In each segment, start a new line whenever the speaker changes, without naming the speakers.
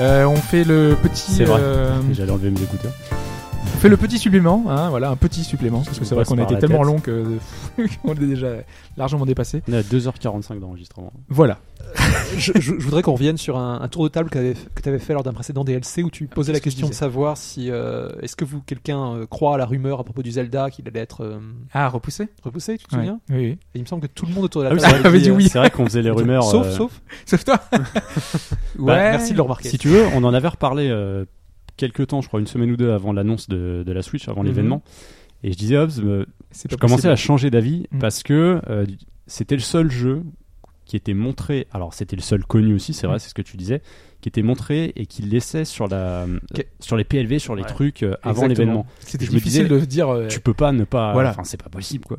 Euh, on fait le petit.
C'est vrai.
euh,
J'allais enlever mes écouteurs.
on fait le petit supplément, hein, voilà, un petit supplément, parce que
nous
c'est vrai
passe
qu'on a
par
été
la
tellement
tête.
long que on est déjà largement dépassé.
On est à 2h45 d'enregistrement.
Voilà.
je, je- je voudrais qu'on revienne sur un, un tour de table qu'avait- que tu avais fait lors d'un précédent DLC où
Ah,
tu
qu'est-ce
posais
que
la
je
question de
disais
savoir si euh, est-ce que vous quelqu'un euh, croit à la rumeur à propos du Zelda qu'il allait être euh,
Ah, repoussé
repoussé, tu te
Ouais.
souviens
Oui, oui.
Et Il me semble que tout le monde autour de
Ah
la
oui,
table
ça avait dit oui.
C'est vrai qu'on faisait les rumeurs.
Sauf,
euh,
sauf.
Sauf toi Ouais,
Bah,
euh, Merci de le remarquer.
Si tu veux, on en avait reparlé euh, quelques temps, je crois une semaine ou deux avant l'annonce de, de la Switch, avant
Mhm.
l'événement. Et je disais, Hobbs, euh,
C'est
je
pas
commençais à
possible.
changer d'avis
Mhm.
parce que euh, c'était le seul jeu qui était montré. Alors, c'était le seul connu aussi, c'est vrai,
Mhm.
c'est ce que tu disais, qui était montré et qui laissait sur, la,
Qui-
sur les PLV, sur les
Ouais.
trucs euh, avant
Exactement.
l'événement.
C'était
je me
difficile
disais,
de dire. euh,
Tu peux pas ne pas.
Voilà.
Enfin, c'est pas possible, quoi.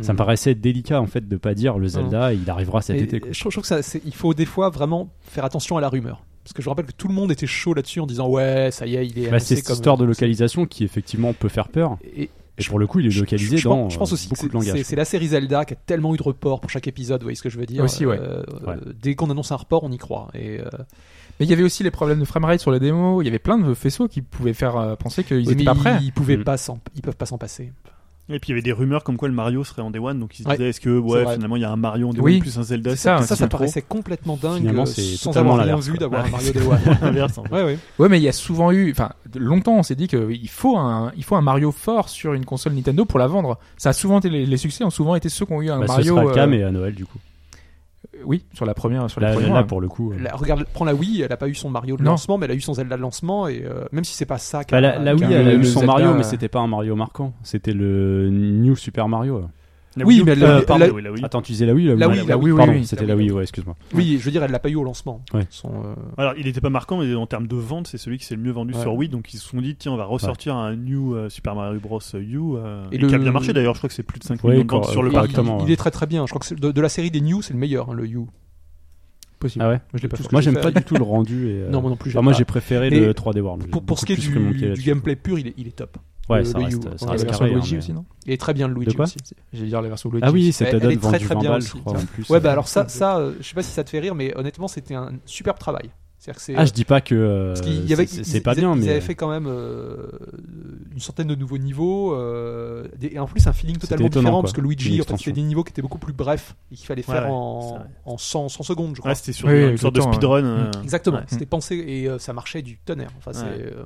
Ça me paraissait délicat, en fait, de pas dire le Zelda, il arrivera cet
hmm. Et-
été, quoi.
et Je trouve, je trouve que ça, c'est- il faut des fois vraiment faire attention à la rumeur. Parce que je rappelle que tout le monde était chaud là-dessus en disant ouais, ça y est, il
Bah,
est.
c'est
annoncé
cette
comme-
histoire de localisation qui effectivement peut faire peur.
Et-
Et pour le coup, il est
Je-
localisé
je, je
dans
pense- je pense
euh,
aussi que
beaucoup
c'est-
de langages.
c'est- C'est la série Zelda qui a tellement eu de reports pour chaque épisode, vous voyez ce que je veux dire.
Aussi, ouais.
Euh, euh,
Ouais.
Dès qu'on annonce un report, on y croit. Et, euh,
Mais il y avait aussi les problèmes de framerate sur la démo. Il y avait plein de faisceaux qui pouvaient faire euh, penser qu'ils étaient pas prêts.
Ils, ils pouvaient
Mm.
pas s'en- ils peuvent pas s'en passer.
Et puis il y avait des rumeurs comme quoi le Mario serait en Day One, donc ils se
Ouais.
disaient est-ce que ouais,
C'est vrai.
finalement il y a un Mario en Day
Oui.
One plus un Zelda
C'est ça,
ça,
Ah, c'est
ça,
trop.
paraissait complètement dingue
Finalement,
euh,
c'est
sans
totalement
avoir rien
l'inverse,
vu
quoi.
d'avoir
Ouais.
un Mario Day One.
inverse. en fait.
ouais, ouais.
Ouais, mais il y a souvent eu, enfin, longtemps, on s'est dit qu'il faut un, il faut un Mario fort sur une console Nintendo pour la vendre. Ça a souvent été, les, les succès ont souvent été ceux qui ont eu un
Bah, ce
Mario.
sera le cas,
euh,
mais à Noël du coup.
Oui, sur la première, sur la
Là,
première.
là, pour le coup. euh,
La- regarde, prends la Wii, elle a pas eu son Mario de
Non.
lancement, mais elle a eu son Zelda de lancement. Et euh, même si c'est pas ça,
bah,
qu'a-
la, la
qu'a-
Wii,
qu'un-
elle a
le
eu son
Zelda,
Mario,
euh,
mais c'était pas un Mario marquant. C'était le New Super Mario. là.
La
Oui,
Wii U,
mais
euh,
la-
pardon,
la-
oui, la Wii U.
Attends, tu disais la Wii la
La
Wii,
Wii, la Wii,
Pardon,
oui, oui.
c'était
La
la
Wii,
Wii, ouais, excuse-moi.
Oui, je veux dire, elle l'a pas eu au lancement.
Ouais.
Son, euh,
Alors, il n'était pas marquant, mais en termes de vente, c'est celui qui s'est le mieux vendu
Ouais.
sur Wii. Donc, ils se sont dit, tiens, on va ressortir un New euh, Super Mario Bros. U. euh,
Et
et
le-
qui a bien marché d'ailleurs, je crois que c'est plus de 5
Ouais,
millions de ventes
cor-
sur le
et
parc.
il,
correctement,
il
ouais.
est très très bien. Je crois que c'est- de, de la série des News, c'est le meilleur, hein, le You.
possible.
Ah ouais
Je l'ai pas fait.
Moi, j'aime
Je
pas
l'ai fait.
du tout le rendu. et, euh,
Non, moi non plus.
enfin,
j'aime
moi,
pas.
j'ai préféré
Mais
le 3D World. J'ai
pour, pour ce qui est
beaucoup plus remonté
du, du
là-dessus.
gameplay pur, il est, il est top.
Ouais,
le-
ça
le
reste,
U,
ça
ouais,
la
reste
version
carré. hein,
Luigi
mais-
aussi, non
Et très bien le Luigi
De quoi
aussi.
J'allais dire la version Luigi.
Ah oui,
aussi.
c'est que
Elle-
la
elle est
donne
très,
vendue
très
20
bien
balles,
aussi,
je crois.
tiens.
En plus.
Ouais, bah alors ça, ça euh, je sais pas si ça te fait rire, mais honnêtement, c'était un super travail. C'est-à-dire que c'est.
Ah, je dis pas que euh,
parce qu'il y avait-
c'est
ils-
c'est
ils-
pas
ils-
bien,
Ils avaient
mais
fait quand même euh, une centaine de nouveaux niveaux, euh, des- et en plus un feeling totalement
étonnant,
différent,
quoi.
parce que
Une
Luigi, en fait,
extension.
c'était des niveaux qui étaient beaucoup plus brefs et qu'il fallait
Ouais,
faire
ouais, c'est
en,
vrai.
en 100, 100 secondes, je crois.
Ouais, Ah, c'était sur
Oui,
une
avec le
sorte de
temps, ouais.
speedrun.
Mm.
euh,
Exactement,
ouais.
c'était pensé et euh, ça marchait du tonnerre. Enfin, c'est,
Ouais.
euh,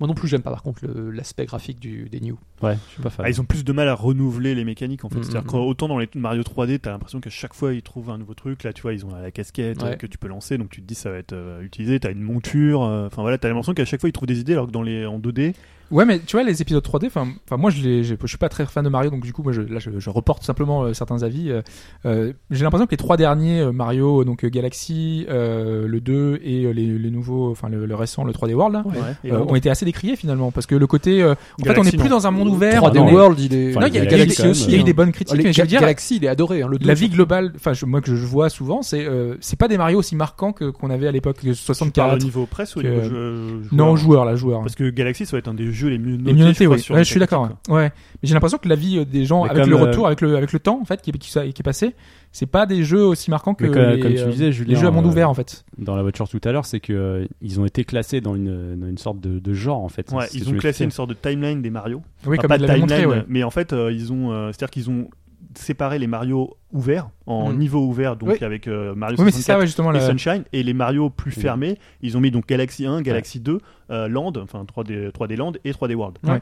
Moi non plus, j'aime pas par contre le- l'aspect graphique du, des New.
ouais, je suis pas fan.
Ah, ils ont plus de mal à renouveler les mécaniques en fait.
Mm,
C'est-à-dire
mm,
qu'autant dans les Mario 3D, t'as l'impression qu'à chaque fois ils trouvent un nouveau truc. Là, tu vois, ils ont la casquette euh,
Ouais.
que tu peux lancer, donc tu te dis ça va être euh, utilisé. T'as une monture. euh, Enfin voilà, t'as l'impression qu'à chaque fois ils trouvent des idées, alors que dans les en 2D,
Ouais, mais tu vois, les épisodes 3D, enfin, enfin, moi, je, les, j'ai- je suis pas très fan de Mario, donc du coup, moi, je, là, je, je reporte simplement euh, certains avis. euh, euh, j'ai l'impression que les trois derniers euh, Mario, donc euh, Galaxy, euh, le 2 et euh, les, les nouveaux, enfin, le, le récent, le 3D World, là,
ouais, et
euh,
on-
ont été assez décriés finalement, parce que le côté, euh, en fait, on
Galaxy,
n'est plus
non.
dans un monde ouvert.
3D
on est-
World,
il est.
Enfin,
Ah, Non, il y a,
Galaxy,
il y a eu des-
quand même,
il y a eu
hein.
des bonnes critiques, mais je veux dire,
Galaxy, il est adoré. hein, le
la
deux,
vie globale, enfin, je- moi que je vois souvent, c'est euh, c'est pas des Mario aussi marquants que qu'on avait à l'époque que
tu parles au
64.
niveau presse ou au
que-
niveau jeu- euh,
Non,
hein.
joueur
joueur, là, joueur. hein.
Parce que Galaxy, ça va être un des jeux les mieux
Les
notés.
mieux
je
notés,
crois,
oui.
sur
Ouais,
les
je suis d'accord.
critiques,
Ouais. Mais j'ai l'impression que la vie euh, des gens,
Mais
avec
comme,
le
euh,
retour, avec le avec le temps, en fait, qui, qui, qui est passé, c'est pas des jeux aussi marquants que
Mais comme,
les,
comme tu
euh,
disais, Julien,
les jeux à monde
euh,
ouvert, en fait.
dans la voiture tout à l'heure, c'est que euh, ils ont été classés dans une, dans une sorte de, de genre en fait.
quoi. hein. Ouais,
C'est ce
ils
que
ont
je
classé une
m'expliquais.
sorte de timeline des Mario.
Oui,
Enfin,
comme
pas
il
de
l'avait
timeline,
montré, ouais.
mais en fait, euh, ils ont, euh, c'est-à-dire qu'ils ont séparé les Mario ouverts en
Mm.
niveau ouvert, donc
Oui.
avec euh, Mario
Oui, mais c'est
64
ça, ouais, justement.
et
la-
Sunshine, et les Mario plus
Oui.
fermés, ils ont mis donc Galaxy 1, Galaxy 2, euh, Land, enfin 3D, 3D Land et 3D World.
Ouais.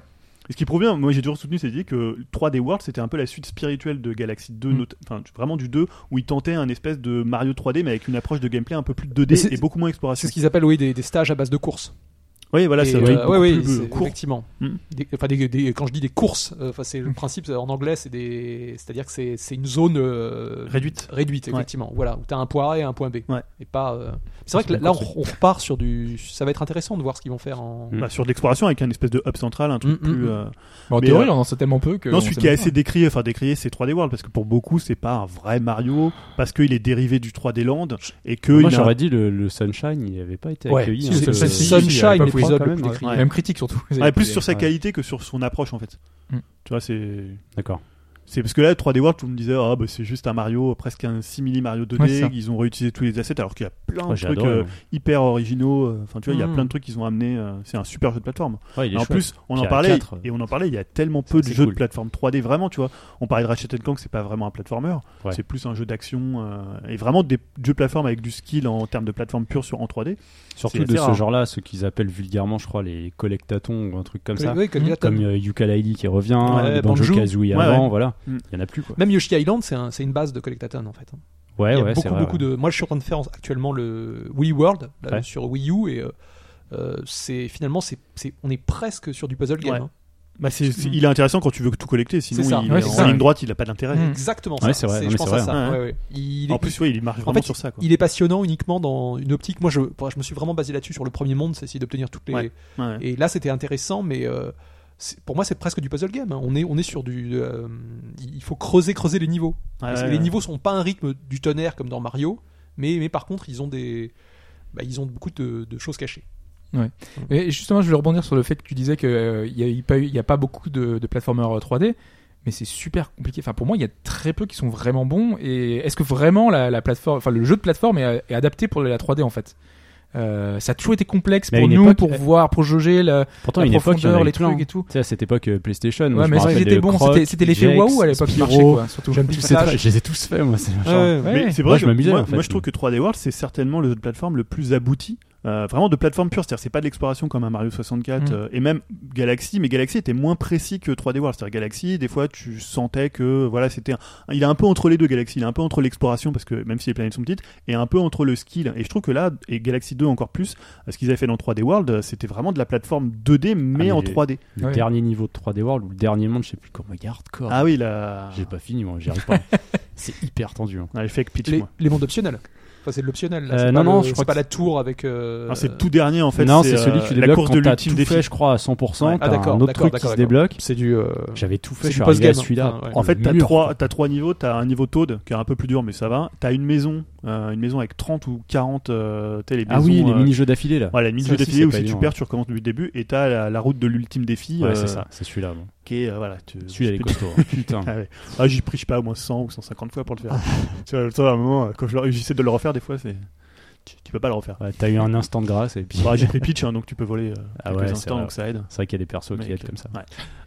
Et ce qui provient, moi j'ai toujours soutenu cette idée que 3D World c'était un peu la suite spirituelle de Galaxy 2,
Mm.
not- enfin vraiment du 2, où ils tentaient un espèce de Mario 3D mais avec une approche de gameplay un peu plus
Mais
2D
c'est-
et beaucoup moins
C'est
exploration.
ce qu'ils appellent oui, des, des stages à base de courses.
Oui, voilà,
Et,
c'est
euh, ouais, ouais,
plus
c'est-
euh, court.
effectivement.
Mm.
Des- enfin, des- des- quand je dis des courses, euh, enfin, c'est le principe euh, en anglais, c'est des, c'est-à-dire que c'est, c'est une zone euh,
Réduite.
réduite,
Ouais.
effectivement. Voilà, où t'as un point A et un point B,
Ouais.
et pas. euh, C'est vrai que là, là, on, on repart sur du. Ça va être intéressant de voir ce qu'ils vont faire en.
Mm.
Bah, sur de l'exploration avec un espèce de hub central, un truc
Mm, mm,
plus
mm.
euh,
Bon, en
Mais,
théorie,
euh,
on en sait tellement peu que.
Non,
on
celui
sait
qui est
même
assez
pas.
décrié, enfin décrié, c'est 3D World parce que pour beaucoup, c'est pas un vrai Mario parce qu'il est dérivé du 3D Land et que
Moi,
il a-
j'aurais dit le, le Sunshine, il avait pas été
Ouais,
accueilli. hein.
si,
un
le
peu-
Sunshine, si, si, il
Sunshine,
avait pas
l'époque,
l'épisode
quand
le
même,
plus
ouais.
décrié.
Même critique, surtout.
Ouais, Ah, plus sur sa
Ouais.
qualité que sur son approche en fait.
Mm.
Tu vois, c'est
D'accord.
C'est parce que là, 3D World, tout le monde disait, ah, bah, c'est juste un Mario, presque un simili Mario 2D,
Ouais, c'est ça.
ils ont réutilisé tous les assets, alors qu'il y a plein
Ouais,
de
j'ai
trucs
adoré,
euh,
ouais.
hyper originaux. euh, Enfin, tu vois, il y
Mm.
a plein de trucs qu'ils ont amené. euh, c'est un super jeu de plateforme.
Ouais, il est
Et en
chouette.
plus, on
Puis
en
à
parlait,
quatre, euh,
et on en parlait, il y a tellement peu de
c'est
jeux
cool.
de plateforme 3D, vraiment, tu vois. On parlait de Ratchet Clank, c'est pas vraiment un platformer,
Ouais.
c'est plus un jeu d'action, euh, et vraiment des jeux de plateforme avec du skill en termes de plateforme pure sur, en 3D.
surtout de
c'est assez
ce
rare.
genre-là, ce qu'ils appellent vulgairement, je crois, les collectatons ou un truc comme ça.
Oui, comme il y a
Comme euh, Yooka-Laylee qui revient,
Ouais,
les
Banjo.
Banjo Kazooie
Ouais,
avant, voilà.
Mm.
Il y en a plus quoi.
Même Yoshi Island, c'est un- c'est une base de Collectaton en fait. hein.
Ouais,
Il y a
ouais, c'est
beaucoup,
vrai.
beaucoup de. Moi, je suis en train de faire en- actuellement le Wii World là,
Ouais.
sur Wii U et euh, euh, c'est finalement c'est c'est- on est presque sur du puzzle game.
Ouais.
hein.
Bah, c'est- c'est-
Mm.
il est intéressant quand tu veux tout collecter, sinon
C'est ça.
il
Ouais,
est
c'est
en
ça.
ligne droite, il a pas d'intérêt.
Mm.
Exactement.
Ouais,
ça.
c'est vrai.
C'est-
Non,
Je
mais
pense
c'est
à
vrai. hein.
ça.
Ouais,
Ouais, ouais. Il est
En plus, oui, il marche
En
vraiment
fait,
sur ça. Quoi.
il est passionnant uniquement dans une optique. Moi, je, je me suis vraiment basé là-dessus sur le premier monde, c'est essayer d'obtenir toutes les.
Ouais.
Et là, c'était intéressant, mais euh, c'est- pour moi, c'est presque du puzzle game. hein. On est, on est sur du. euh, il faut creuser, creuser les niveaux. Parce que
Ouais,
les
ouais.
niveaux sont pas un rythme du tonnerre comme dans Mario, mais, mais par contre, ils ont des. bah, ils ont beaucoup de, de choses cachées.
Et justement, je voulais rebondir sur le fait que tu disais qu'il n'y a, eu pas eu- y a pas beaucoup de, de platformers euh, 3D, mais c'est super compliqué. Enfin, pour moi, il y a très peu qui sont vraiment bons. Et est-ce que vraiment la, la plateforme, enfin, le jeu de plateforme est, est adapté pour la 3D en fait Euh, Ça a toujours été complexe
Mais à
pour
une
nous,
époque,
pour
euh,
voir, pour jauger la,
Pourtant,
la
une époque, il y en
profondeur,
avait
les
plein.
trucs et tout.
Tu sais, à cette époque euh, PlayStation.
Ouais, mais
c'était
c'était bon, c'était- c'était l'effet waouh à l'époque qui marchait, quoi, surtout.
J'aime tous ces
Flash.
trucs, je les ai tous faits, moi. c'est genre-
Ouais.
Mais c'est
Moi,
vrai,
je
que
m'amusais,
moi,
en fait.
moi, je trouve que 3D World c'est certainement le jeu de plateforme le plus abouti. euh, vraiment de plateforme pure, c'est-à-dire c'est pas de l'exploration comme un Mario 64
Mm.
euh, et même Galaxy, mais Galaxy était moins précis que 3D World, c'est-à-dire Galaxy, des fois tu sentais que voilà c'était, un- il est un peu entre les deux Galaxy, il est un peu entre l'exploration parce que même si les planètes sont petites, et un peu entre le skill. Et je trouve que là et Galaxy 2 encore plus, euh, ce qu'ils avaient fait dans 3D World, euh, c'était vraiment de la plateforme 2D mais,
mais
en
les-
3D.
Le
Ouais.
dernier niveau de 3D World ou le dernier monde, je sais plus comment, il y a hardcore.
Ah oui là,
J'ai pas fini, moi, j'y arrive pas. c'est hyper tendu. hein.
j'ai fait avec Peach.
Les,
Ah, moi.
les mondes optionnels. Enfin, c'est de l'optionnel. là.
Euh,
C'est pas
non, non,
le-
je
c'est
crois
pas
que
la tour avec. euh,
Non, Ah, c'est le tout dernier en fait.
non, c'est celui
euh,
que tu
la
débloques
course
quand
de
t'as
l'ultime
tout
défi.
fait, je crois, à 100%.
Ouais.
T'as
Ah,
un
d'accord,
autre
d'accord,
truc qui
d'accord,
se débloque.
C'est du. euh,
J'avais tout fait,
C'est
je suis arrivé
du
à
post-game.
celui-là.
Enfin, ouais.
En fait,
Le
t'as
mur,
trois,
quoi.
t'as trois niveaux. T'as un niveau Toad qui est un peu plus dur, mais ça va. T'as une maison, euh, une maison avec 30 ou 40 euh, t'as les
Ah
maisons,
oui, les
euh,
mini-jeux d'affilée, là.
Voilà, les mini
Ça
jeux
aussi,
d'affilée
c'est
où
pas
si tu
évident,
perds, tu recommences du début. Et t'as la, la route de l'ultime défi.
Ouais,
euh,
c'est ça, c'est celui-là. bon.
Qui est, euh, voilà, tu-
Celui-là, il est
tu-
costaud. hein. Putain.
Ah, ouais. Ah, j'y prie, je sais pas, au moins 100 ou 150 fois pour le faire. tu vois, toi, à un moment, euh, quand je le- j'essaie de le refaire, des fois, c'est. Tu, tu peux pas le refaire.
Ouais, T'as eu un instant de grâce et puis.
Bah, j'ai pris Peach, hein, donc tu peux voler euh,
Ah
quelques
ouais, c'est
instants,
vrai.
donc ça aide.
C'est vrai qu'il y a des persos
Mais
qui aident
que-
comme ça.
ouais.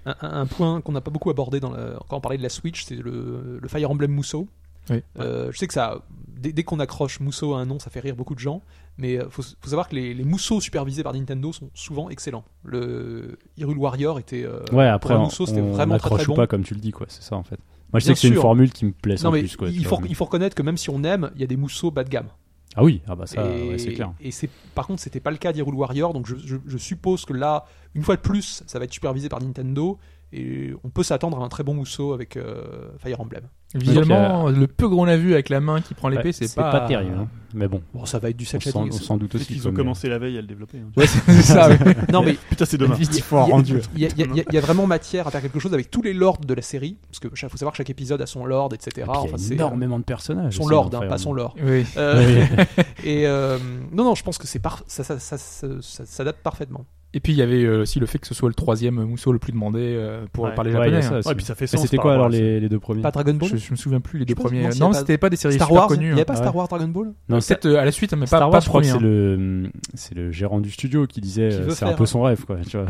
un, un- un point qu'on n'a pas beaucoup abordé dans la- quand on parlait de la Switch, c'est le, le Fire Emblem Musso.
Oui.
Euh, je sais que ça, dès, dès qu'on accroche Musso à un nom, ça fait rire beaucoup de gens. Mais euh, faut, faut savoir que les, les Musso supervisés par Nintendo sont souvent excellents. Le Hyrule Warrior était. euh,
Ouais, après,
un
on
Musso, c'était
on
vraiment très,
accroche
très
ou
bon.
pas comme tu le dis, quoi. C'est ça, en fait. Moi, je sais
Bien
que c'est une
sûr.
formule qui me plaît en
non mais
plus, quoi. tu
il,
vois.
faut, il faut reconnaître que même si on aime, il y a des Musso bas de gamme.
Ah oui, ah bah ça,
et
ouais, c'est clair.
et c'est- par contre, c'était pas le cas d'Hyrule Warrior, donc je, je- je suppose que là, une fois de plus, ça va être supervisé par Nintendo et on peut s'attendre à un très bon Musso avec euh, Fire Emblem.
Visuellement, le peu qu'on a vu avec la main qui prend l'épée,
Ouais,
euh, c'est
pas...
pas...
terrible. hein. Mais bon,
Bon, ça va être du
on
cel
s'en,
shading.
on s'en doute
Peut-être
aussi.
qu'ils ont
quoi,
commencé la veille à le développer. hein.
Ouais, c'est ça. oui.
non mais
Putain, c'est
mais-
dommage.
Vite, il faut un
Il y a-
rendu.
il y, a- il y a- il y a- il y a vraiment matière à faire quelque chose avec tous les lords de la série, parce que chaque- faut savoir que chaque épisode a son lord, etc.
Et puis,
Enfin,
il y
c'est,
a énormément de personnages.
son
aussi,
lord,
dans
hein,
Fire
pas son
Emblem.
lord.
Oui.
Euh,
Oui, oui.
et euh, non, non, je pense que c'est par- ça, ça, ça- ça- ça s'adapte parfaitement.
Et puis il y avait euh, aussi le fait que ce soit le troisième Musso le plus demandé euh, pour,
Ouais.
par les
Ouais, il y
japonais.
a
hein.
ça aussi.
Ouais, puis ça fait
Mais
sens.
c'était
par
quoi alors
rapport à ça.
les, les deux premiers
Pas Dragon
Je,
Ball,
je me souviens plus les deux
Je pense-
premiers.
non, s'il y a
Non,
pas-
c'était pas des séries
Star
super
Wars, il
connues.
n'y
hein.
avait pas
Ah
Star Wars Dragon Ball
Non, ça-
Peut-être euh, à la suite, mais pas,
Star
pas
Wars, je crois que
premier,
c'est
hein.
le, c'est le gérant du studio qui disait
Qui
euh,
veut
c'est un
faire
peu
un-
son rêve, quoi. tu vois.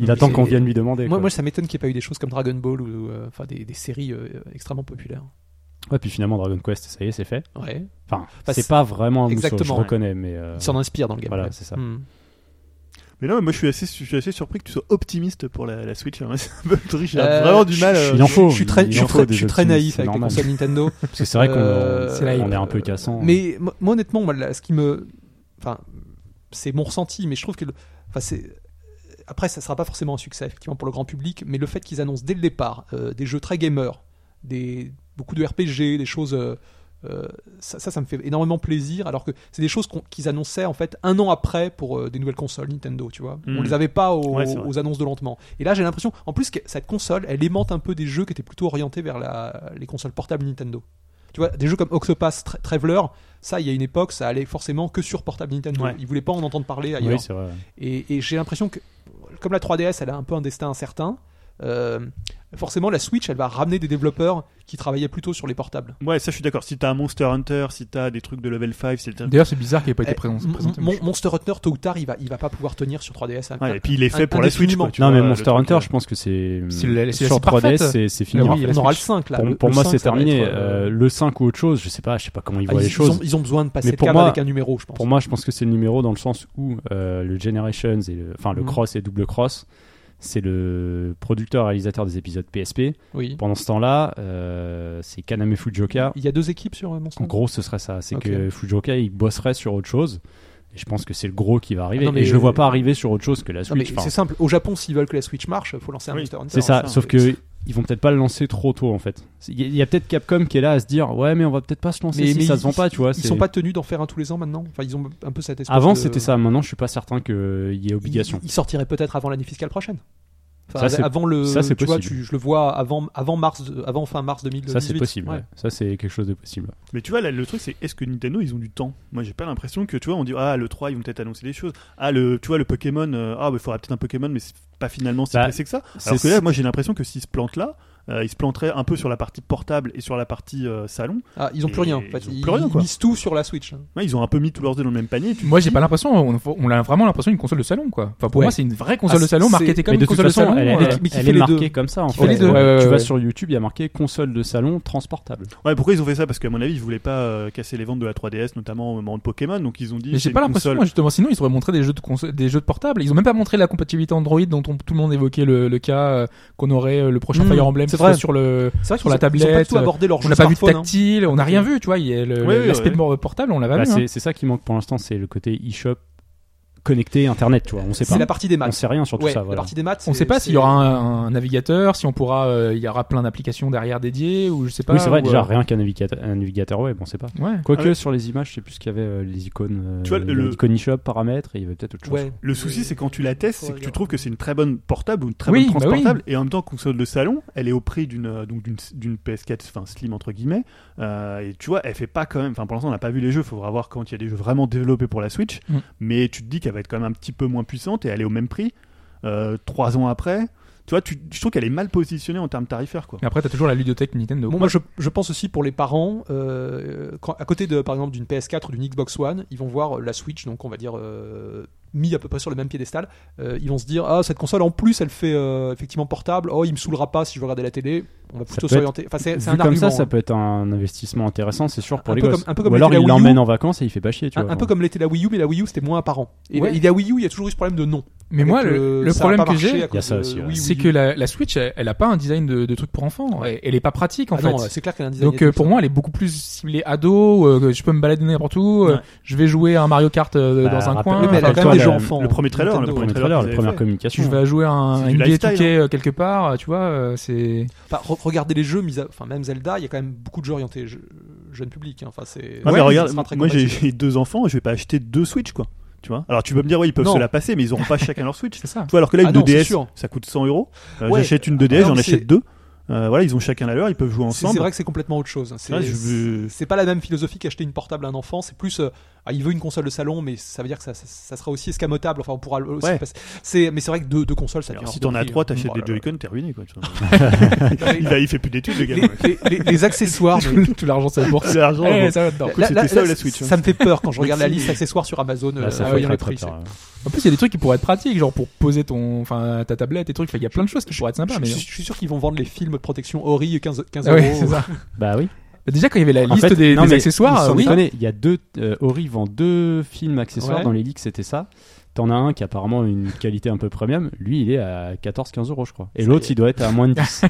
Il
Mais
attend qu'on
c'est-
vienne lui demander.
Moi,
quoi.
moi, ça m'étonne qu'il n'y ait pas eu des choses comme Dragon Ball ou, euh, enfin des, des séries euh, extrêmement populaires.
Ouais, puis finalement, Dragon Quest, ça y est, c'est fait.
Ouais,
Enfin,
Bah,
c'est
c'est-
pas vraiment un mousseau, je
Exactement, ouais.
reconnais, mais. euh,
ils s'en inspirent dans le Hmm. game.
Voilà, c'est ça.
Mais non, mais moi je suis assez, je suis assez surpris que tu sois optimiste pour la, la Switch. hein. Moi, c'est un peu le truc, j'ai
Euh,
vraiment du
je-
mal.
je suis
euh,
Il en faut,
Je suis très,
il
je
en
suis
faut
très-
des
je suis très
optimistes,
naïf
c'est
avec
normal.
les consoles Nintendo.
Parce que c'est vrai qu'on
Euh,
c'est là,
on est un peu
euh,
cassant.
Mais moi, moi, honnêtement, moi, là, ce qui me. Enfin, c'est mon ressenti, mais je trouve que. le- Enfin, c'est. Après, ça sera pas forcément un succès, effectivement, pour le grand public, mais le fait qu'ils annoncent dès le départ euh, des jeux très gamers, des... beaucoup de RPG, des choses. euh, euh, ça, ça, ça me fait énormément plaisir, alors que c'est des choses qu'on- qu'ils annonçaient en fait un an après pour euh, des nouvelles consoles Nintendo, tu vois.
Mm.
On les avait pas aux,
Ouais, c'est vrai.
aux annonces de lancement. Et là, j'ai l'impression, en plus, que cette console, elle aimante un peu des jeux qui étaient plutôt orientés vers la- les consoles portables Nintendo. Tu vois, des jeux comme Octopath Tra- Traveler, ça, il y a une époque, ça allait forcément que sur portable Nintendo.
Ouais.
Ils voulaient pas en entendre parler ailleurs.
Oui, c'est vrai.
Et, et j'ai l'impression que, comme la 3DS, elle a un peu un destin incertain, euh, forcément la Switch, elle va ramener des développeurs qui travaillaient plutôt sur les portables.
Ouais, ça je suis d'accord. Si t'as un Monster Hunter, si t'as des trucs de level 5, c'est le-
D'ailleurs, c'est bizarre qu'il n'ait pas été
Eh,
présent.
Mon-
présenté,
Mon-
mais je-
Monster Hunter, tôt ou tard, il va, il va pas pouvoir tenir sur 3DS. hein.
Ouais, et puis il est fait pour la Switch.
indéfiniment.
quoi, tu
non,
vois,
mais
le
Monster
truc,
Hunter,
euh,
je pense que c'est.
C'est la- c'est
Sur
assez parfaite.
3DS, c'est- c'est fini.
Ah
on
oui, et la
aura le
Switch.
5 là.
Pour,
Le-
pour
le
moi,
5,
c'est
ça va
terminé.
être, euh,
Euh, le 5 ou autre chose, je sais pas, je sais pas comment ils
ah,
voient
ils,
les
ils
choses.
ont, ils ont besoin de passer
Mais
le
pour
câble
moi-
avec un numéro, je pense.
Pour moi, je pense que c'est le numéro dans le sens où euh, le Generations et le, enfin, le
Mhm.
Cross et Double Cross, c'est le producteur réalisateur des épisodes PSP.
oui.
Pendant ce temps-là, euh, c'est Kaname Fujoka.
Il y a deux équipes sur euh, Monster
En
Hunter.
gros, ce serait ça. C'est
Ok.
que Fujoka, il bosserait sur autre chose. Et je pense que c'est le gros qui va arriver.
Ah, non,
Et
mais-
je le vois pas arriver sur autre chose que la
Non, mais
Switch. Enfin,
c'est simple. Au Japon, s'ils veulent que la Switch marche, faut lancer un
Oui,
Monster Hunter.
c'est ça.
ça.
Sauf que ils vont peut-être pas le lancer trop tôt en fait. Il y a- il y a, peut-être Capcom qui est là à se dire ouais mais on va peut-être pas se lancer
Mais-
si
mais
ça se vend pas tu vois.
Ils
c'est-
sont pas tenus d'en faire un tous les ans maintenant. Enfin, ils ont un peu cette espèce
Avant
de-
c'était ça. Maintenant je suis pas certain qu'il y ait obligation.
Il, il sortirait peut-être avant l'année fiscale prochaine. Enfin,
Ça, c'est-
avant le,
ça, c'est
tu vois,
possible.
tu- je le vois avant, avant mars, de- avant fin mars 2018.
Ça c'est possible.
Ouais.
ouais. Ça c'est quelque chose de possible.
Mais tu vois, là, le truc, c'est est-ce que Nintendo, ils ont du temps Moi, j'ai pas l'impression que, tu vois, on dit, ah, le 3, ils vont peut-être annoncer des choses. Ah, le, tu vois, le Pokémon, euh, ah, il faudra peut-être un Pokémon, mais c'est pas finalement si
Bah,
pressé que ça. Alors
C'est-
que là, moi, j'ai l'impression que s'ils se plantent là, euh, ils se planteraient un peu sur la partie portable et sur la partie euh, salon.
Ah, ils ont plus
Et
rien. En
ils
fait.
ont
Ils,
plus rien, quoi.
misent tout sur la Switch. hein.
Ouais, ils ont un peu mis tous leurs œufs dans le même panier. et tu te
Moi, j'ai
dis,
pas l'impression. On, on a vraiment l'impression d'une console de salon, quoi. Enfin, pour
Ouais.
moi, c'est une vraie console
Ah,
de salon
c'est-
marketée comme
mais de
une
toute
console de
façon,
salon.
elle,
euh,
elle-
qui- mais qui
elle
fait
est
les
marquée
deux.
comme ça. En
Qui fait les
fait,
deux.
Euh,
Ouais, ouais,
tu
ouais.
vas sur YouTube, il y a marqué console de salon transportable.
Ouais, pourquoi ils ont fait ça Parce qu'à mon avis, ils voulaient pas euh, casser les ventes de la 3DS, notamment au moment de Pokémon. Donc ils ont dit.
Mais
c'est
j'ai pas
une
l'impression,
console.
moi, justement. Sinon, ils auraient montré des jeux de console, des jeux de portable. Ils ont même pas montré la compatibilité Android, dont on- tout le monde évoquait le, le cas euh, qu'on aurait euh, le prochain
Mmh,
Fire Emblem
c'est
qui serait
vrai.
sur le.
C'est vrai
Sur la
qu'ils ont- Ils ont pas
tablette,
du
euh,
tout abordé leur jeu
On n'a pas vu de
smartphone, hein.
tactile, on n'a rien vu, tu vois. il y a le-
Ouais, ouais,
L'aspect
ouais.
mort portable, on l'a pas
Bah,
vu. hein.
c'est c'est ça qui manque pour l'instant, c'est le côté e-shop connecté internet, tu vois. On sait
C'est
pas.
la partie des
On
maths.
sait rien sur tout
Ouais,
ça.
la
voilà.
partie des maths.
On ne
c'est-
sait pas
c'est-
s'il y aura un, un navigateur, si on pourra, euh, il y aura plein d'applications derrière dédiées ou je sais pas.
Oui, c'est vrai,
ou,
déjà
euh,
rien qu'un navigateur, un navigateur web, on sait pas.
Ouais.
Quoique
Ah ouais.
sur les images, je sais plus ce qu'il y avait, euh, les icônes.
Tu vois, le-
L'icône e-shop, paramètres, et il y avait peut-être autre chose.
Ouais.
Le souci, c'est quand tu la testes, c'est que tu trouves que c'est une très bonne portable ou une très
Oui,
bonne
bah oui.
transportable, et en même temps console de salon, elle est au prix d'une euh, donc d'une d'une PS4, enfin slim entre guillemets, euh, et tu vois, elle fait pas quand même. Enfin pour l'instant, on n'a pas vu les jeux. Il faudra voir quand il y a des jeux vraiment développés pour la Switch,
Mm.
mais tu te dis qu'elle va être quand même un petit peu moins puissante et elle est au même prix euh, trois ans après. Tu vois, tu, je trouve qu'elle est mal positionnée en termes tarifaires quoi.
Mais après, t'as toujours la ludothèque Nintendo.
Euh, Bon, bah, moi, je, je pense aussi pour les parents, euh, quand- à côté de, par exemple, d'une PS4 ou d'une Xbox One, ils vont voir euh, la Switch, donc on va dire euh, mis à peu près sur le même piédestal. Euh, ils vont se dire, ah, cette console en plus, elle fait euh, effectivement portable. Oh, il me saoulera pas si je veux regarder la télé. On va plutôt
peut
s'orienter. Enfin, c'est
Vu
c'est
comme
un
ça,
argument.
ça
hein.
peut être un investissement intéressant, c'est sûr, pour
Un
les
peu
gosses.
comme- un peu comme
Ou alors
l'était la
il
Wii U.
l'emmène en vacances et il fait pas chier, tu
Un,
vois.
un peu comme l'était la Wii U, mais la Wii U c'était moins apparent. Et
Ouais.
la- et la Wii U, il y a toujours eu ce problème de nom.
Mais
Avec euh,
moi, le, le
ça a
problème
pas
que
marché
j'ai,
à cause
Il y a ça
de
aussi, ouais.
Wii U.
c'est que la, la Switch, elle, elle a pas un design de, de truc pour enfants. Elle, elle est pas pratique en
Ah
fait.
non, c'est clair qu'elle a un design
Donc euh, pour moi, elle est beaucoup plus ciblée ado. euh, que je peux me balader n'importe où. euh,
Ouais.
Je vais jouer à un Mario Kart euh,
Bah,
dans un
rappelle-
coin.
Oui, mais elle a
enfin,
quand même des
Rappelle-toi
jeux
la-
enfants.
le premier trailer,
Nintendo,
le
Premier
premier
trailer,
qu'ils
la
avaient
première
fait.
je
communication.
vais jouer à un
C'est du
NBA
lifestyle,
hein.
2K euh, quelque part. euh, Tu vois, euh, c'est.
Enfin, re- regardez les jeux, mis à- enfin même Zelda, il y a quand même beaucoup de jeux orientés je- jeune public. hein. Enfin, c'est.
Ah, mais
Ouais,
regarde,
ça sera très
moi j'ai-
compatible.
j'ai deux enfants, je vais pas acheter deux Switch quoi. Tu vois Alors tu peux me dire ouais ils peuvent
Non.
se la passer, mais ils auront pas chacun leur Switch.
C'est ça.
Tu vois alors que là une
Ah non, c'est
2DS,
sûr.
ça coûte 100 euros. Euh,
Ouais.
J'achète une 2DS,
Ah non,
j'en
mais c'est-
achète deux. Euh, voilà, ils ont chacun la leur, ils peuvent jouer
C'est c'est
ensemble.
vrai que c'est complètement autre chose. hein. C'est
Ouais, je-
c'est pas la même philosophie qu'acheter une portable à un enfant. C'est plus, euh, ah, il veut une console de salon, mais ça veut dire que ça, ça- ça sera aussi escamotable. Enfin, on pourra le- aussi
Ouais.
passer- C'est, mais c'est vrai que deux, deux consoles, ça.
Alors,
devient
si
hors de
t'en as
prix,
trois,
hein.
t'achètes
Oh
des
là là.
Joy-Con, t'es ruiné quoi. tu vois. il, a- il fait plus d'études le gars.
Les, les- les- les accessoires. mais-
Tout tout l'argent, c'est la bourse.
C'est l'argent. hein.
Eh,
bon.
ça va dedans.
Écoute, c'était ça ou la Switch, hein.
Ça me fait peur quand je regarde la liste accessoires sur Amazon.
Là,
euh,
ça
ah
fait
oui, les
très,
prix,
très peur, ouais.
En plus, il y a des trucs qui pourraient être pratiques, genre pour poser ton, enfin, ta tablette et trucs. Enfin, Il y a plein de choses qui pourraient être
c'est-
sympas.
je,
Mais...
je- je suis sûr qu'ils vont vendre les films Protection Ori 15, 15
Ah ouais,
euros.
c'est ça.
Bah oui.
Déjà, quand il y avait la
En
liste
fait,
des,
non,
des
mais
accessoires,
sans
euh, oui.
déconner, il y a deux. euh, Ori vend deux films accessoires
Ouais.
dans les leaks, c'était ça. T'en as un qui a apparemment une qualité un peu premium. Lui, il est à 14-15 euros, je crois. Et
Ça
l'autre,
y est.
il doit être à moins de 10.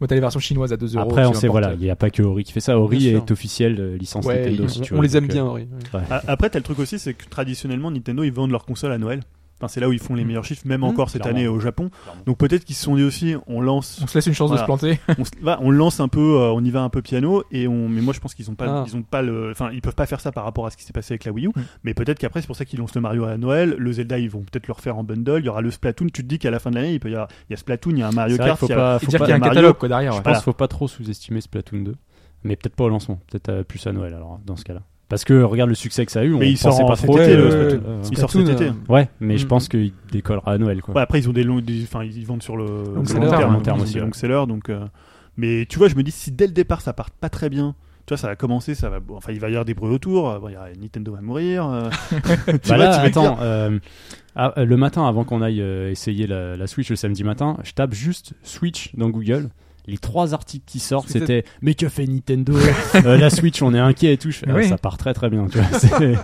Moi, t'as les versions chinoises à 2 euros.
Après, on
tu
sait,
l'emportes.
voilà, il n'y a pas que Ori qui fait ça. Ori
Bien sûr.
est officiel euh, licence
Ouais,
Nintendo,
ils-
si tu
On
veux,
les aime
donc, euh,
bien, Ori. ouais.
Ah, Après, t'as le truc aussi, c'est que traditionnellement Nintendo ils vendent leurs consoles à Noël. Enfin, c'est là où ils font les
Mm.
meilleurs chiffres, même
Mm.
encore cette
Clairement.
année au Japon.
Clairement.
Donc peut-être qu'ils se sont dit aussi, on lance,
On se laisse une chance de
Voilà.
se planter.
on, se- va, on lance un peu, euh, on y va un peu piano. Et on, mais moi je pense qu'ils ont pas,
Ah.
ils ont pas le, enfin ils peuvent pas faire ça par rapport à ce qui s'est passé avec la Wii U.
Mm.
Mais peut-être qu'après c'est pour ça qu'ils lancent le Mario à Noël, le Zelda ils vont peut-être le refaire en bundle. Il y aura le Splatoon. Tu te dis qu'à la fin de l'année il peut y avoir, il y a Splatoon, il y a un Mario
C'est vrai qu'il
Kart,
faut
il y a,
pas,
Et
faut
dire
pas-
qu'il y a un
Mario,
catalogue, quoi, derrière.
Je
ouais.
pense
Voilà.
qu'il faut pas trop sous-estimer Splatoon 2. Mais peut-être pas au lancement, peut-être euh, plus à Noël alors dans ce cas-là. Parce que regarde le succès que ça a eu, on
Mais il
pensait
sort
pas
en cet
trop.
été,
euh,
le
ouais,
Splatoon.
ouais, ouais.
Il sort cet
Splatoon,
été.
euh,
Ouais, mais je
Mm.
pense qu'il décollera à Noël. Quoi.
Ouais, après, ils ont des longs. des- Enfin, ils vendent sur le long
seller. Long
oui,
terme
ils ont
aussi,
des
ouais.
long sellers, donc. euh, Mais tu vois, je me dis, si dès le départ, ça part pas très bien. Tu vois, ça va commencer, ça va. Enfin, il va y avoir des bruits autour. euh, bon, il y a- Nintendo va mourir. euh, tu
Bah
vois,
là,
tu vas te
attends, euh, ah, euh, le matin, avant qu'on aille euh, essayer la, la Switch le samedi matin, je tape juste Switch dans Google. Les trois articles qui sortent,
Switch-
c'était Mais que fait Nintendo Euh, La Switch, on est inquiet et tout. Je fais, ah,
Oui.
Ça part très très bien. Tu vois, c'est-
Ouais,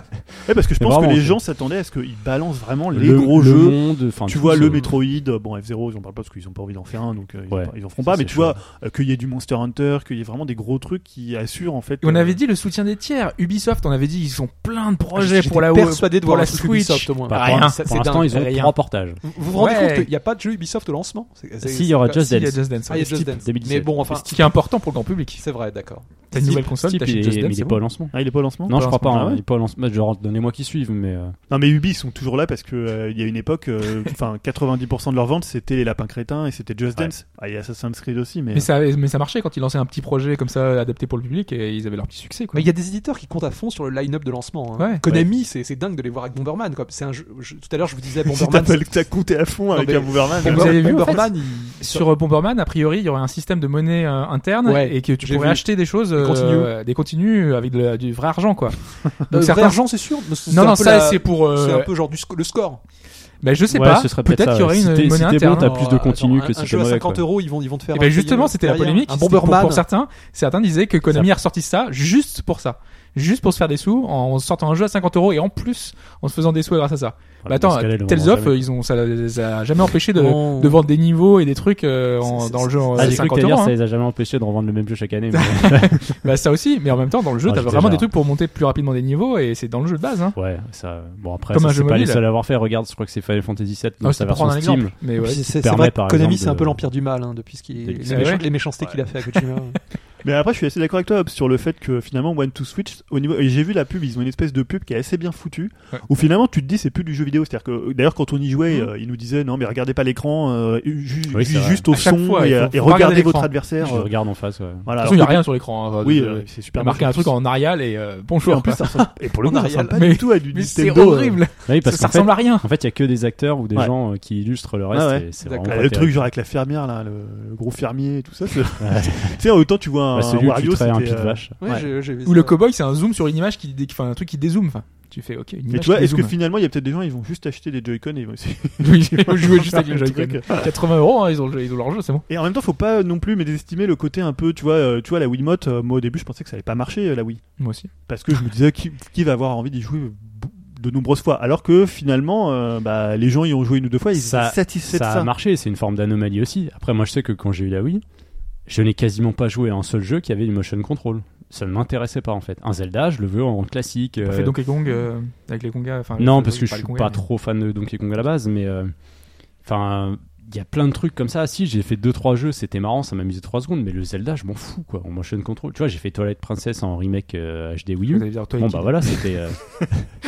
parce que je
Mais
pense que
vraiment,
les
c'est-
gens s'attendaient à ce qu'ils balancent vraiment les
le,
gros
le
jeux.
monde, enfin,
tu
tout
vois
ce-
le Metroid, euh, bon F0, ils en parlent pas parce qu'ils ont pas envie d'en faire un, donc euh, ils,
Ouais.
en, ils en feront
Ça,
pas. Mais
c'est
tu vois, euh, qu'il y ait du Monster Hunter, qu'il y ait vraiment des gros trucs qui assurent en fait.
Et on
euh,
avait dit le soutien des tiers. Ubisoft, on avait dit ils ont plein
Ah,
de projets
J'étais
pour la
persuadé de
pour
voir
la
un truc
Switch.
Ubisoft, au moins.
Bah,
Rien.
Ça,
Pour
c'est
l'instant,
dingue.
ils ont
rien.
trois portages.
Vous vous rendez
Ouais.
compte qu'il n'y a pas de jeu Ubisoft au lancement C'est- c'est-
Si, il y aura
Ah,
Just
si, il y a
Dance.
Just Dance,
Ah,
ouais.
il y a
Steep,
Just Dance.
2017.
Mais bon, enfin,
Ce qui est important pour le grand public.
c'est vrai, d'accord.
T'as une nouvelle
Steep,
console,
Steep,
t'achètes
il
Just
est-
Dance,
mais il
c'est
est
bon.
pas au lancement.
Ah, il est pas au lancement
Non, je crois pas.
Ah
hein,
ouais.
Il est pas au lancement. Bah, Genre, donnez-moi qui suivent, mais. euh,
Non, mais Ubi, ils sont toujours là parce que euh, il y a une époque, euh, enfin 90% de leurs ventes c'était les lapins crétins et c'était Just
Ouais.
Dance. Ah, il y a Assassin's Creed aussi, mais.
Mais ça, mais ça marchait quand ils lançaient un petit projet comme ça adapté pour le public et ils avaient leur petit succès. Quoi.
Mais il y a des éditeurs qui comptent à fond sur le line-up de lancement. hein.
Ouais.
Konami, c'est c'est dingue de les voir avec Bomberman. Quoi. C'est Un jeu, je- tout à l'heure, je vous disais
si
Bomberman.
t'appelles- t'as compté à fond avec
mais-
un Bomberman.
Bomber- Vous avez vu, en fait,
Bomberman, il-
Sur euh, Bomberman, a priori, il y aurait un système de monnaie euh, interne
Ouais,
et que tu
j'ai
pourrais
vu.
acheter des choses,
Des continus.
euh, des continus avec de la- du vrai argent, quoi.
Euh,
Donc
vrai
certains.
argent, c'est sûr. mais c'est
Non,
un
non,
peu
ça
la-
c'est pour. euh,
c'est un peu genre du sc- le score.
Ben je sais
ouais,
pas.
ce serait
Peut-être
ça,
qu'il y aurait
si
une
t'es-
une monnaie
Si t'es bon,
interne.
t'as
hein.
plus de continu
Attends,
que
un,
si
un
t'es
jeu à
mauvais.
50
quoi.
euros, ils vont, ils vont te faire.
Et
un
ben
payer
justement, c'était la
derrière.
polémique.
Un
C'était pour-
Bomberman.
Pour certains, certains disaient que Konami a ressorti ça juste pour ça, juste pour se faire des sous en sortant un jeu à 50 euros et en plus en se faisant des sous grâce à ça.
Ouais,
Bah attends,
dans ce cas-là, ils le
Tales
vendront
of,
jamais.
ils ont, ça les a jamais empêché de,
Non.
de vendre des niveaux et des trucs euh, en-
C'est- c'est-
dans le jeu en
Ah,
euh,
j'ai cru que
50
t'allais
euros.
dire ça
hein.
les a jamais empêchés de revendre le même jeu chaque année. mais-
Bah ça aussi, mais en même temps dans le jeu,
Ah,
t'as
j'étais
vraiment des
déjà-
trucs pour monter plus rapidement des niveaux et c'est dans le jeu de base. Hein.
Ouais, ça. Bon, après,
Comme
ça,
un
c'est
jeu
pas les
mobile.
seuls à avoir fait. Regarde, je crois que c'est Final Fantasy VII,
Ah,
donc
c'est
sa
pour prendre
version
un
Steam.
exemple. Mais
Et
ouais.
puis C'est c'est
permet,
vrai que
par
Konami,
exemple,
c'est un peu
de-
l'empire du mal hein, depuis ce qu'il les,
C'est
méchants-
vrai.
les méchancetés qu'il a fait à Kojima.
Mais après, je suis assez d'accord avec toi Hobbs, sur le fait que finalement, One to Switch, au niveau, et j'ai vu la pub, ils ont une espèce de pub qui est assez bien foutue,
Ouais. Mmh.
où finalement, tu te dis, c'est plus du jeu vidéo. C'est-à-dire que, d'ailleurs, quand on y jouait, euh, ils nous disaient, non, mais regardez pas l'écran, euh, ju-
Oui,
ju-
c'est vrai.
juste au
À chaque
son
fois,
et,
il faut-
euh, et
faut pas regarder
regardez votre
l'écran.
adversaire.
Je le
euh,
regarde en face, ouais.
Voilà.
De toute façon,
alors
il y a
que-
rien sur l'écran. hein,
Oui,
de-
euh, c'est
il a
super.
marqué
moche.
un truc en Arial et euh, bon
Oui,
choix.
en plus,
quoi.
ça ressemble- Et pour le
En
coup, ça
arrière.
ressemble pas
Mais-
du tout à du
Mais c'est
Nintendo, euh,
horrible.
Oui,
Ça,
parce
ça
qu'en fait,
ressemble à rien.
en fait, il y a que des acteurs ou des
Ouais.
gens euh, qui illustrent le reste.
Ah ouais.
et c'est vraiment
D'accord.
Ah,
pas
le
terrible.
truc genre avec la fermière là, le, le gros fermier et tout ça. c'est- tu sais, autant tu vois un,
Bah, celui où
un
tu
Wario,
traites un
c'était,
pied de
euh,
vache.
Ouais,
Ouais.
j'ai- j'ai vu
Ou
ça.
le cowboy, c'est un zoom sur une image qui, dé- enfin, un truc qui dézoome. Enfin, tu fais OK. Une
Mais
image
tu vois,
qui
est-ce que
dézoome.
finalement, il y a peut-être des gens, ils vont juste acheter des Joy-Con et ils vont essayer.
Oui, ils vont jouer juste avec les
Le
Joy-Con.
truc.
80 euros, hein, ils ont le- ils ont leur jeu, c'est bon.
Et en même temps, faut pas non plus mésestimer le côté un peu, tu vois, euh, tu vois la Wiimote. euh, moi, au début, je pensais que ça allait pas marcher euh, la Wii,
Moi aussi.
parce que je me disais qui, qui va avoir envie d'y jouer b- de nombreuses fois. Alors que finalement, euh, bah, les gens y ont joué une ou deux fois, ils
Ça-
étaient satisfaits
Ça
de
a
ça.
marché, c'est une forme d'anomalie aussi. Après, moi, je sais que quand j'ai eu la Wii, je n'ai quasiment pas joué à un seul jeu qui avait du motion control. Ça ne m'intéressait pas en fait. Un Zelda, je le veux en classique.
On
euh,
fait Donkey Kong euh, avec les Kongas. enfin,
Non,
les-
parce que
les-
je suis
les Kongas,
pas
mais-
trop fan de Donkey Kong à la base, mais euh, enfin, il y a plein de trucs comme ça. Si j'ai fait deux trois jeux, c'était marrant, ça m'amusait trois secondes, mais le Zelda, je m'en fous quoi. En motion control, tu vois, j'ai fait Toilette Princess en remake euh, HD Wii
Vous
U.
allez dire, toi,
Bon
Kid.
bah voilà, c'était. euh,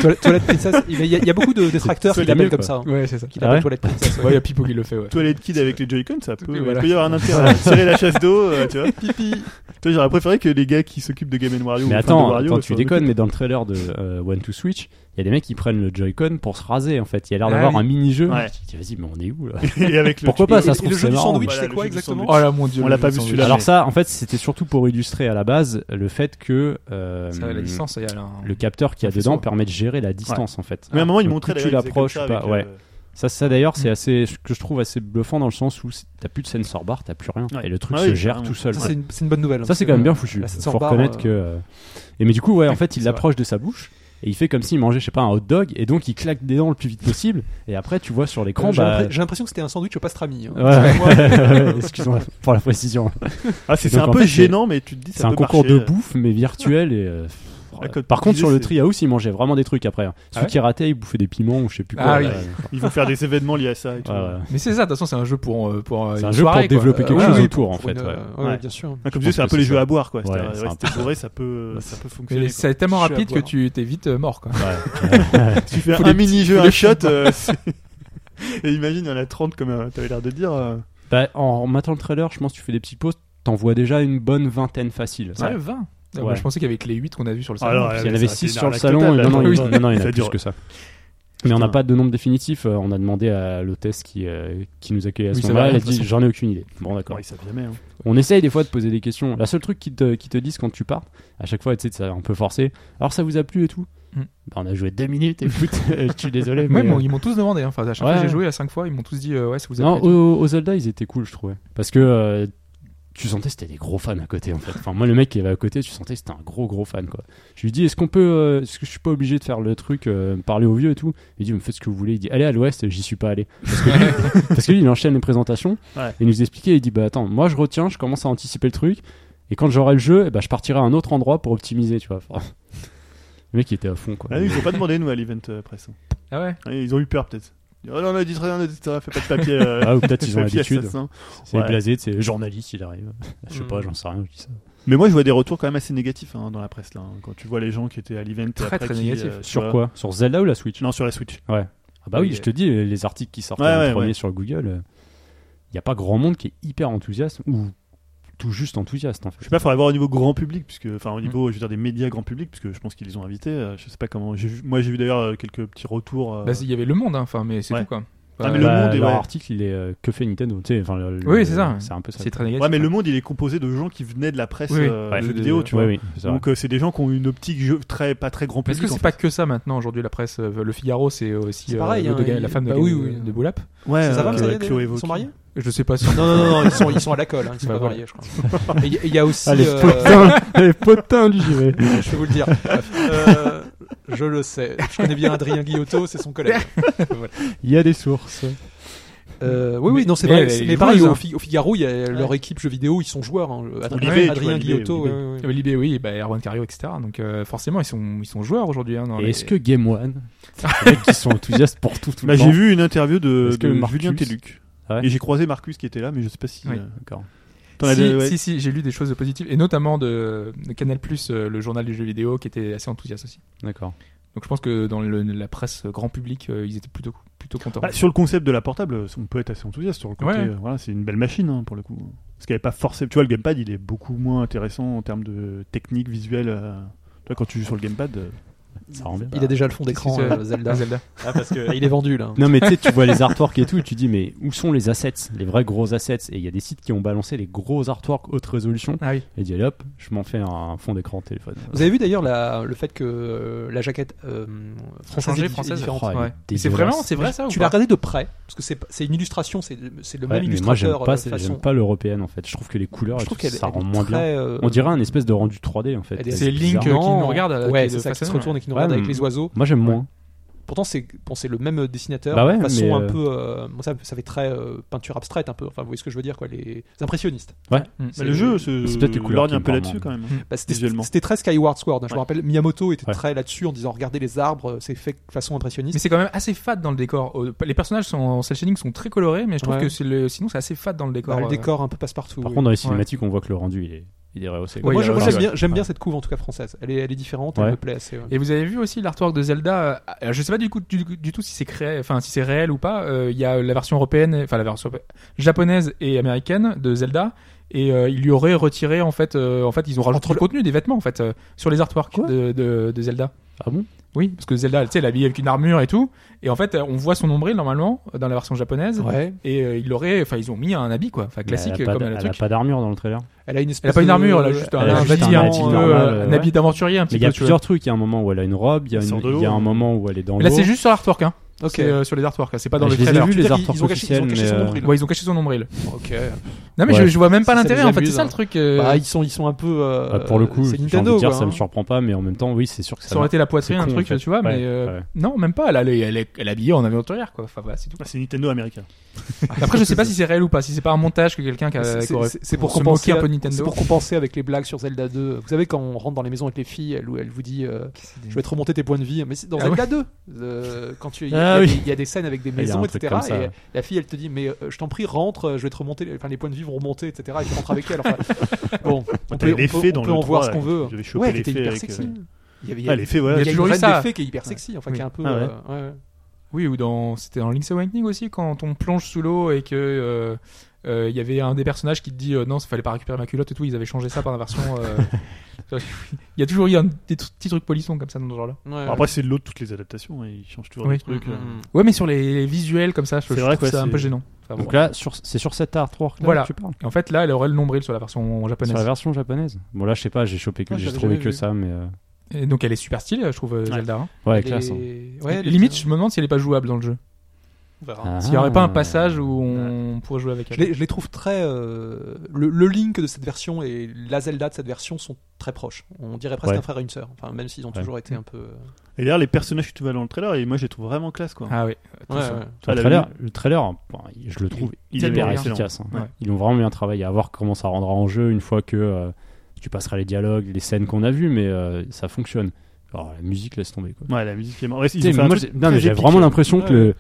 Toilette- Toilette Princess. Il y, a- il y a beaucoup de détracteurs qui
c'est
l'appellent
mieux,
comme
quoi.
ça. hein,
Ouais, c'est ça.
Qui
Ah
l'appellent
ouais
Toilette Princess.
Ouais, il y a Pipo qui le fait, ouais.
Toilette Kid avec les Joy-Con, ça peut,
Oui,
il
voilà.
peut y avoir un intérêt à tirer la chasse d'eau, euh, tu vois.
Pipi.
Tu vois, J'aurais préféré que les gars qui s'occupent de Game Wario.
mais
ou enfin de
attends,
Wario,
attends,
euh,
tu
soient
déconnes, mais dans le trailer de euh, One to Switch, il y a des mecs qui prennent le Joy-Con pour se raser en fait. Il y a l'air
Ah
d'avoir
oui.
un mini jeu.
Ouais.
Je me dis, vas-y, mais on est où là
Et avec le
Pourquoi pas Ça se
Et
trouve
le jeu
c'est
du
marrant.
sandwich,
Voilà,
c'est
le
quoi
jeu du
exactement
sandwich.
Oh là, mon dieu.
On
le
l'a pas vu,
sandwich.
celui-là.
Alors ça, en fait, c'était surtout pour illustrer à la base le fait que euh,
Ça, la licence, il y a un-
le capteur qu'il y a
Ça fait
dedans
ça.
permet de gérer la distance en fait.
Mais à un moment, ils
Donc,
montraient
plus
d'ailleurs,
tu
ils
l'approches
faisaient comme ça
ou pas.
avec,
Ouais.
euh,
Ça, ça d'ailleurs, c'est
Mm.
assez ce que je trouve assez bluffant dans le sens où c'est- t'as plus de sensor bar, t'as plus rien,
Ouais.
et le truc
Ah
se
oui,
gère
carrément.
tout seul.
Ça,
Ouais.
c'est une, c'est une bonne nouvelle. hein,
Ça, c'est
parce
Euh,
quand même
que-
bien foutu.
bah,
la
Faut
sensor bar,
reconnaître
euh,
que. euh, Et mais du coup, ouais, en fait, il
C'est vrai.
l'approche de sa bouche et il fait comme s'il mangeait, je sais pas, un hot dog, et donc il claque des dents le plus vite possible. Et après, tu vois sur
Euh,
l'écran,
J'ai
bah.
l'impré- j'ai l'impression que c'était un sandwich au pastrami. hein.
Ouais, excusez-moi pour la précision.
Ah, c'est
Donc,
c'est un
en
peu
fait, c'est-
gênant, mais tu te dis
C'est
ça
un
peut
concours
marcher. euh,
de bouffe, mais virtuel et. euh,
Ah, comme
Par
tu
contre,
disais,
sur le
c'est-
Treehouse, il mangeait vraiment des trucs après. hein.
Ah
Celui
ouais
qui ratait, il bouffait des piments ou je sais plus quoi.
Ah oui.
ouais.
Ils vont faire des événements liés à ça et tout.
Ouais, ouais.
Mais c'est ça, de toute façon, c'est un jeu pour. euh, pour euh,
C'est
une
un jeu
soirée,
pour
quoi.
développer
Euh,
quelque
ouais,
chose
ouais.
autour, en
Pour
fait.
une,
ouais.
euh, ouais,
Ouais.
bien sûr.
Ah, Comme
Je
tu dis, c'est
pense
un peu
que
les
c'est
jeux
ça.
à boire, quoi.
Ouais, c'est
C'est
un
c'était bourré, ça peut, euh, ça peut fonctionner.
Mais ça est tellement
Je suis à
rapide que
boire.
tu t'es vite euh, mort, quoi.
Ouais.
Tu fais
Faut
un
des petits-
mini-jeu,
faut
un
des
shot.
petits-
euh, c'est- Et imagine, il y en a 30 comme euh, t'avais l'air de dire. euh.
Bah, en matant le trailer, je pense que tu fais des petites pauses, t'en vois déjà une bonne vingtaine facile.
hein.
Ouais, 20. Ah, Moi,
Ouais. euh,
je pensais qu'avec les 8 qu'on a vu sur le salon.
Alors,
puis-
Puis
ouais,
il y en avait
ça,
6
c'est une
sur le
arnaque
salon.
totale,
non, non,
attends,
il,
Ah oui.
non, non, il y en
Ça
a
dure.
plus que ça. Mais on n'a
Putain.
pas de nombre définitif. euh, On a demandé à l'hôtesse qui, euh, qui nous accueillait à
Oui,
ce
ça
moment-là.
va,
Elle a
de toute
dit
façon.
J'en ai aucune idée. Bon, d'accord.
Bon, ils savent jamais. hein.
On essaye des fois de poser des questions. La seule truc qu'ils te, qu'ils te disent quand tu pars, à chaque fois, tu sais, c'est un peu forcé. Alors, ça vous a plu et tout
Mm.
Bah, On a joué 2 minutes, écoute, je suis désolé.
Ouais,
mais,
bon,
euh,
ils m'ont tous demandé. hein. Enfin, à chaque
Ouais.
fois que j'ai joué à 5 fois, ils m'ont tous dit euh, ouais, ça vous a
Non,
plu et
au, au Zelda, ils étaient cool, je trouvais. Parce que euh, tu sentais que c'était des gros fans à côté, en fait. Enfin, moi, le mec qui avait à côté, tu sentais que c'était un gros, gros fan, quoi. Je lui dis, est-ce qu'on peut. euh, est-ce que je suis pas obligé de faire le truc, euh, parler aux vieux et tout Il dit, me faites ce que vous voulez. Il dit, allez à l'ouest, j'y suis pas allé. Parce que lui, parce que lui, il enchaîne les présentations
Ouais.
et il nous expliquait. Il dit, bah attends, moi, je retiens, je commence à anticiper le truc. Et quand j'aurai le jeu, eh ben, je partirai à un autre endroit pour optimiser, tu vois. Enfin, le mec, il était à fond, quoi.
Ah, ils ont pas demandé, nous, à l'event euh, presse.
tout. Ah ouais.
Ah, Ils ont eu peur, peut-être. Ils ont dit, Oh non, on a dit rien, on a dit ça, fais pas de papier. euh,
Ah, ou peut-être ils ont
papier
l'habitude.
assassin.
C'est
Ouais.
blasé, c'est journaliste, il arrive. Je sais pas,
Mm.
j'en sais rien, je dis ça.
Mais moi, je vois des retours quand même assez négatifs hein, dans la presse, là. hein. Quand tu vois les gens qui étaient à l'event.
Très,
après,
très
qui, euh,
négatifs.
tu
Sur
vois-
quoi Sur Zelda ou la Switch
Non, sur la Switch.
Ah bah oui,
Oui,
je te dis, les articles qui sortent
Ouais,
en
ouais,
premier
ouais.
sur Google, il n'y a pas grand monde qui est hyper enthousiaste ou tout juste enthousiaste en
Je
fait.
sais pas, faudrait voir au niveau grand public, puisque, enfin, au niveau, je veux dire, des médias grand public, puisque je pense qu'ils les ont invités. euh, je sais pas comment. j'ai vu- moi, j'ai vu d'ailleurs euh, quelques petits retours. euh,
Bah, c'est- il y avait le monde, hein. enfin, mais c'est
Ouais.
tout quoi.
Ah, mais
Ouais,
le
Bah,
monde est-
leur
ouais.
article, il est euh, que fait Nintendo. tu sais, enfin, le- le-
Oui, c'est ça.
C'est un peu ça.
c'est très négatif. hein.
ouais, mais le monde, il est composé de gens qui venaient de la presse
Oui, oui.
euh,
Ouais.
jeux vidéo, tu vois.
Oui, oui, c'est vrai.
Donc, euh, c'est des gens qui ont une optique jeu très, pas très grand
Mais Est-ce
public.
que c'est
en
pas que ça maintenant aujourd'hui la presse euh, Le Figaro, c'est aussi euh,
C'est pareil,
le- de
hein,
Ga-
il-
la femme de,
bah
Ga-
oui, oui.
de Boulap.
fait. Ouais,
C'est sa
euh,
femme, ça y est,
avec Chloé
déjà Ils sont
Vauquier.
mariés
Je sais pas si.
Non, non, non, non, ils, sont, ils sont à la colle, hein, ils sont
Bah
pas
voilà.
mariés, je crois. Et il y, y a aussi.
Ah, les
euh,
potins Les potins du JV
je vais vous le dire. Euh, je le sais. Je connais bien Adrien Guillotot, c'est son collègue.
Il y a des sources.
Euh, oui, oui, non, c'est
Mais
vrai.
elle
c'est-
est
Mais pareil,
joueuse,
au,
hein.
Fi- au Figaro, il y a leur équipe jeux vidéo, ils sont joueurs. hein. Adrien,
Libé, tu
Adrien
vois, Libé,
Guillotot,
Libé.
ouais, ouais, ouais.
Ah, mais Libé, oui, bah, Erwan Cario, etc. Donc euh, forcément, ils sont, ils sont joueurs aujourd'hui. hein, dans
Et
les-
est-ce que Game One Les mecs qui sont enthousiastes pour tout, tout
Bah,
le temps.
j'ai vu une interview de,
Est-ce que
de
Marcus-
Julien Telluc.
Ouais.
Et j'ai croisé Marcus qui était là, mais je sais pas si.
Oui.
euh,
D'accord.
t'en as
si,
des- ouais.
si, si, j'ai lu des choses positives, et notamment de, de Canal Plus, euh, le journal du jeu vidéo, qui était assez enthousiaste aussi.
D'accord.
Donc je pense que dans le- la presse grand public, euh, ils étaient plutôt, plutôt contents. Ah,
Bah, sur le concept de la portable, on peut être assez enthousiaste sur le côté.
Ouais.
euh, voilà, c'est une belle machine hein, pour le coup. Parce qu'elle est pas forcément. Tu vois, le gamepad, il est beaucoup moins intéressant en termes de technique visuelle. euh, Tu vois, quand tu joues sur le gamepad, euh,
Ça rend bien.
Il a déjà le fond d'écran,
Qu'est-ce que c'est
euh, Zelda.
Ah, Zelda.
Ah, parce que il est vendu là.
Non mais tu sais, tu vois les artworks et tout, et tu dis mais où sont les assets, les vrais gros assets Et il y a des sites qui ont balancé les gros artworks haute résolution.
Ah oui.
Et dit allez, hop, je m'en fais un fond d'écran de téléphone.
Vous avez vu d'ailleurs la- le fait que euh, la jaquette euh, française,
Changé,
est, di- est
française.
différente.
Oh, elle est
Ouais.
dégueulasse.
C'est vraiment, c'est vrai ça ou
Tu l'as
pas
regardé de près parce que c'est pas- c'est une illustration, c'est c'est le
Ouais,
même
mais moi
illustrateur.
j'aime pas,
euh,
c'est-
façon.
j'aime pas l'européenne en fait. Je trouve que les couleurs,
je
et
trouve
tout,
qu'elle
ça
elle
rend
est
moins
très,
bien.
euh,
On dirait un espèce de rendu 3D en fait.
Elle est-
C'est Link
bizarre.
euh, qui nous regarde. euh,
Ouais,
qui
c'est
est
ça qui se
façonné,
retourne et qui nous
Ouais,
regarde
mais-
avec les oiseaux.
Moi j'aime moins.
Pourtant, c'est bon, c'est le même dessinateur,
Bah ouais,
de façon
mais,
un
euh,
peu. euh, bon, ça, ça fait très euh, peinture abstraite, un peu. Enfin, vous voyez ce que je veux dire, quoi. Les impressionnistes.
Ouais.
Mm.
bah, le jeu, c'est
c'est peut-être les couleurs
l'ordi
qui
un
me
peu
parlent
là-dessus
moins.
quand même.
Bah, c'était,
Visuellement.
c'était très Skyward Sword. hein. Je
Ouais.
me rappelle, Miyamoto était
Ouais.
très là-dessus en disant Regardez les arbres, euh, c'est fait de façon impressionniste.
Mais c'est quand même assez fade dans le décor. Euh, Les personnages sont en cel shading sont très colorés, mais je trouve
Ouais.
que c'est le- sinon c'est assez fade dans le
Bah,
décor.
le
euh.
décor un peu passe-partout.
Par
oui.
contre, dans les
Ouais.
cinématiques, on voit que le rendu il est, il est rehaussé.
Ouais,
moi,
il
je-
a-
moi,
ouais.
j'aime, bien, j'aime bien cette couve, en tout cas française. Elle est, elle est différente,
Ouais.
elle me plaît euh, assez. ouais.
Et vous avez vu aussi l'artwork de Zelda. euh, Je sais pas du coup du, du tout si c'est créé, enfin si c'est réel ou pas. Euh, Il y a la version européenne, enfin la version japonaise et américaine de Zelda. Et euh, ils lui auraient retiré en fait, euh, en fait ils ont rajouté
Entre
le contenu des vêtements en fait euh, sur les artworks
Quoi
de, de, de Zelda.
Ah bon
Oui, parce que Zelda, tu sais, elle est habillée avec une armure et tout. Et en fait, euh, on voit son nombril normalement euh, dans la version japonaise.
Ouais.
Et euh, ils l'auraient, enfin ils ont mis un habit quoi, enfin classique euh,
Mais Elle a
comme
pas d-
elle a le
elle a
truc.
pas d'armure dans le trailer.
Elle a une espèce
Elle a pas une
de-
armure, elle a juste un,
elle a
un
juste
habit
un
un,
habit
peu,
normal,
euh,
euh,
un
ouais.
habit d'aventurier un
Mais
petit
il y a
peu. tu vois.
plusieurs trucs. Il y a un moment où elle a une robe, il y a,
Elle
une-
sort de
il y a
l'eau,
un
hein.
moment où elle est dans
Mais Là
l'eau.
c'est juste sur l'artwork, hein.
Ok.
C'est, euh, sur les artworks, hein. c'est pas dans
Bah, Je
le
les ai
trailer.
vus,
Tu veux
les
dire,
artworks
ils ont caché- ils ont
officiels.
caché
mais,
son
euh,
nombril.
Ouais, ils ont caché son nombril.
Ok.
Non mais
Ouais.
je, je vois même pas
Ça, ça
l'intérêt
les
en fait,
amuse,
c'est ça
hein.
le truc. euh,
Bah, ils sont, ils sont un peu. euh,
Ah, pour le coup,
c'est
j'ai envie de
Nintendo.
dire,
quoi,
ça me
hein.
surprend pas, mais en même temps, oui, c'est sûr que ça.
Ça aurait été la poitrine,
C'est
un
con,
truc,
en fait.
tu vois,
Ouais,
mais euh,
ouais.
non, même pas. Elle, elle, est- elle, est- elle est habillée en aventurière, quoi. Enfin voilà, c'est tout.
Ah, C'est Nintendo américain.
Après, je sais pas si c'est réel ou pas, si c'est pas un montage que quelqu'un qui a-
C'est-
qui
c'est-
aurait
C'est c'est
euh, pour
pour
se moquer
compenser
un peu
à-
de Nintendo.
C'est pour compenser avec les blagues sur Zelda 2. Vous savez quand on rentre dans les maisons avec les filles, elle, elle vous dit euh, je vais te remonter tes points de vie. Mais c'est dans
Ah
Zelda 2 euh, quand tu il y,
Ah
a- il y a
oui.
des- il y a des scènes avec des
y a un
maisons
truc
etc.
comme ça,
et
ouais.
la fille elle te dit mais euh, je t'en prie rentre, euh, je vais te remonter. Enfin les points de vie vont remonter etc. Et tu rentres avec elle. Enfin, bon, on
T'as
peut,
les
on peut-
fées dans
on peut
le euh,
en voir
3,
ce qu'on veut.
J'avais chopé
Ouais,
les
qui était
fées
hyper
avec.
sexy.
euh,
Il y avait, il y
Ah,
a-
les fées,
il
ouais.
y a
j'ai
une
toujours eu
reine
ça.
des fées qui est hyper sexy. Enfin qui est un peu.
Ah ouais.
euh, ouais.
Oui, ou dans c'était dans Link's Awakening aussi quand on plonge sous l'eau et que euh, euh, il y avait un des personnages qui te dit euh, non, il fallait pas récupérer ma culotte et tout, ils avaient changé ça par la version euh, Il y a toujours eu un- des tr- petits trucs polissons comme ça dans ce genre-là.
Ouais.
Après, c'est de l'autre, toutes les adaptations, et ils changent toujours
Oui.
des trucs.
Mm,
euh.
mm.
Ouais, mais sur les, les visuels comme ça, je,
C'est
je
vrai
trouve
que
ça
ouais,
un peu
c'est-
gênant. Enfin,
Donc
bon.
là, sur- c'est sur cet artwork là
Voilà.
que tu parles
Et en fait, là, elle aurait le nombril sur la version
Sur
japonaise.
la version japonaise Bon, là, je sais pas, j'ai chopé que
Ah,
j'ai
j'avais
trouvé
jamais
que
vu.
ça, mais. euh,
Et donc elle est super stylée, je trouve, euh, Zelda. hein.
Ouais,
Les-
classe. hein.
Ouais, les-
Limite, je me demande si elle est pas jouable dans le jeu.
on verra.
Ah.
S'il n'y aurait pas un passage où on pourrait jouer avec
Je
elle.
les, je les trouve très. euh, le, le Link de cette version et la Zelda de cette version sont très proches. On dirait presque
Ouais.
un frère et une sœur. Enfin, même s'ils ont
Ouais.
toujours été un peu. euh,
Et d'ailleurs, les personnages que tu vois dans le trailer, et moi, je les trouve vraiment classe, quoi.
Ah oui.
ouais,
ça.
ouais.
Ah,
Le
la
trailer, le trailer, bon, je le trouve
il est
hyper
bien.
efficace. hein.
Ouais.
Ils ont vraiment bien travaillé à voir comment ça rendra en jeu une fois que euh, tu passeras les dialogues, les scènes qu'on a vues, mais euh, ça fonctionne. Alors, la musique laisse tomber. Quoi.
Ouais, la musique est marrante. Ouais, ils ont
Tu sais,
fait un
moi,
truc
j'ai- non, mais
très
j'ai
épique, euh.
vraiment
là.
l'impression que le-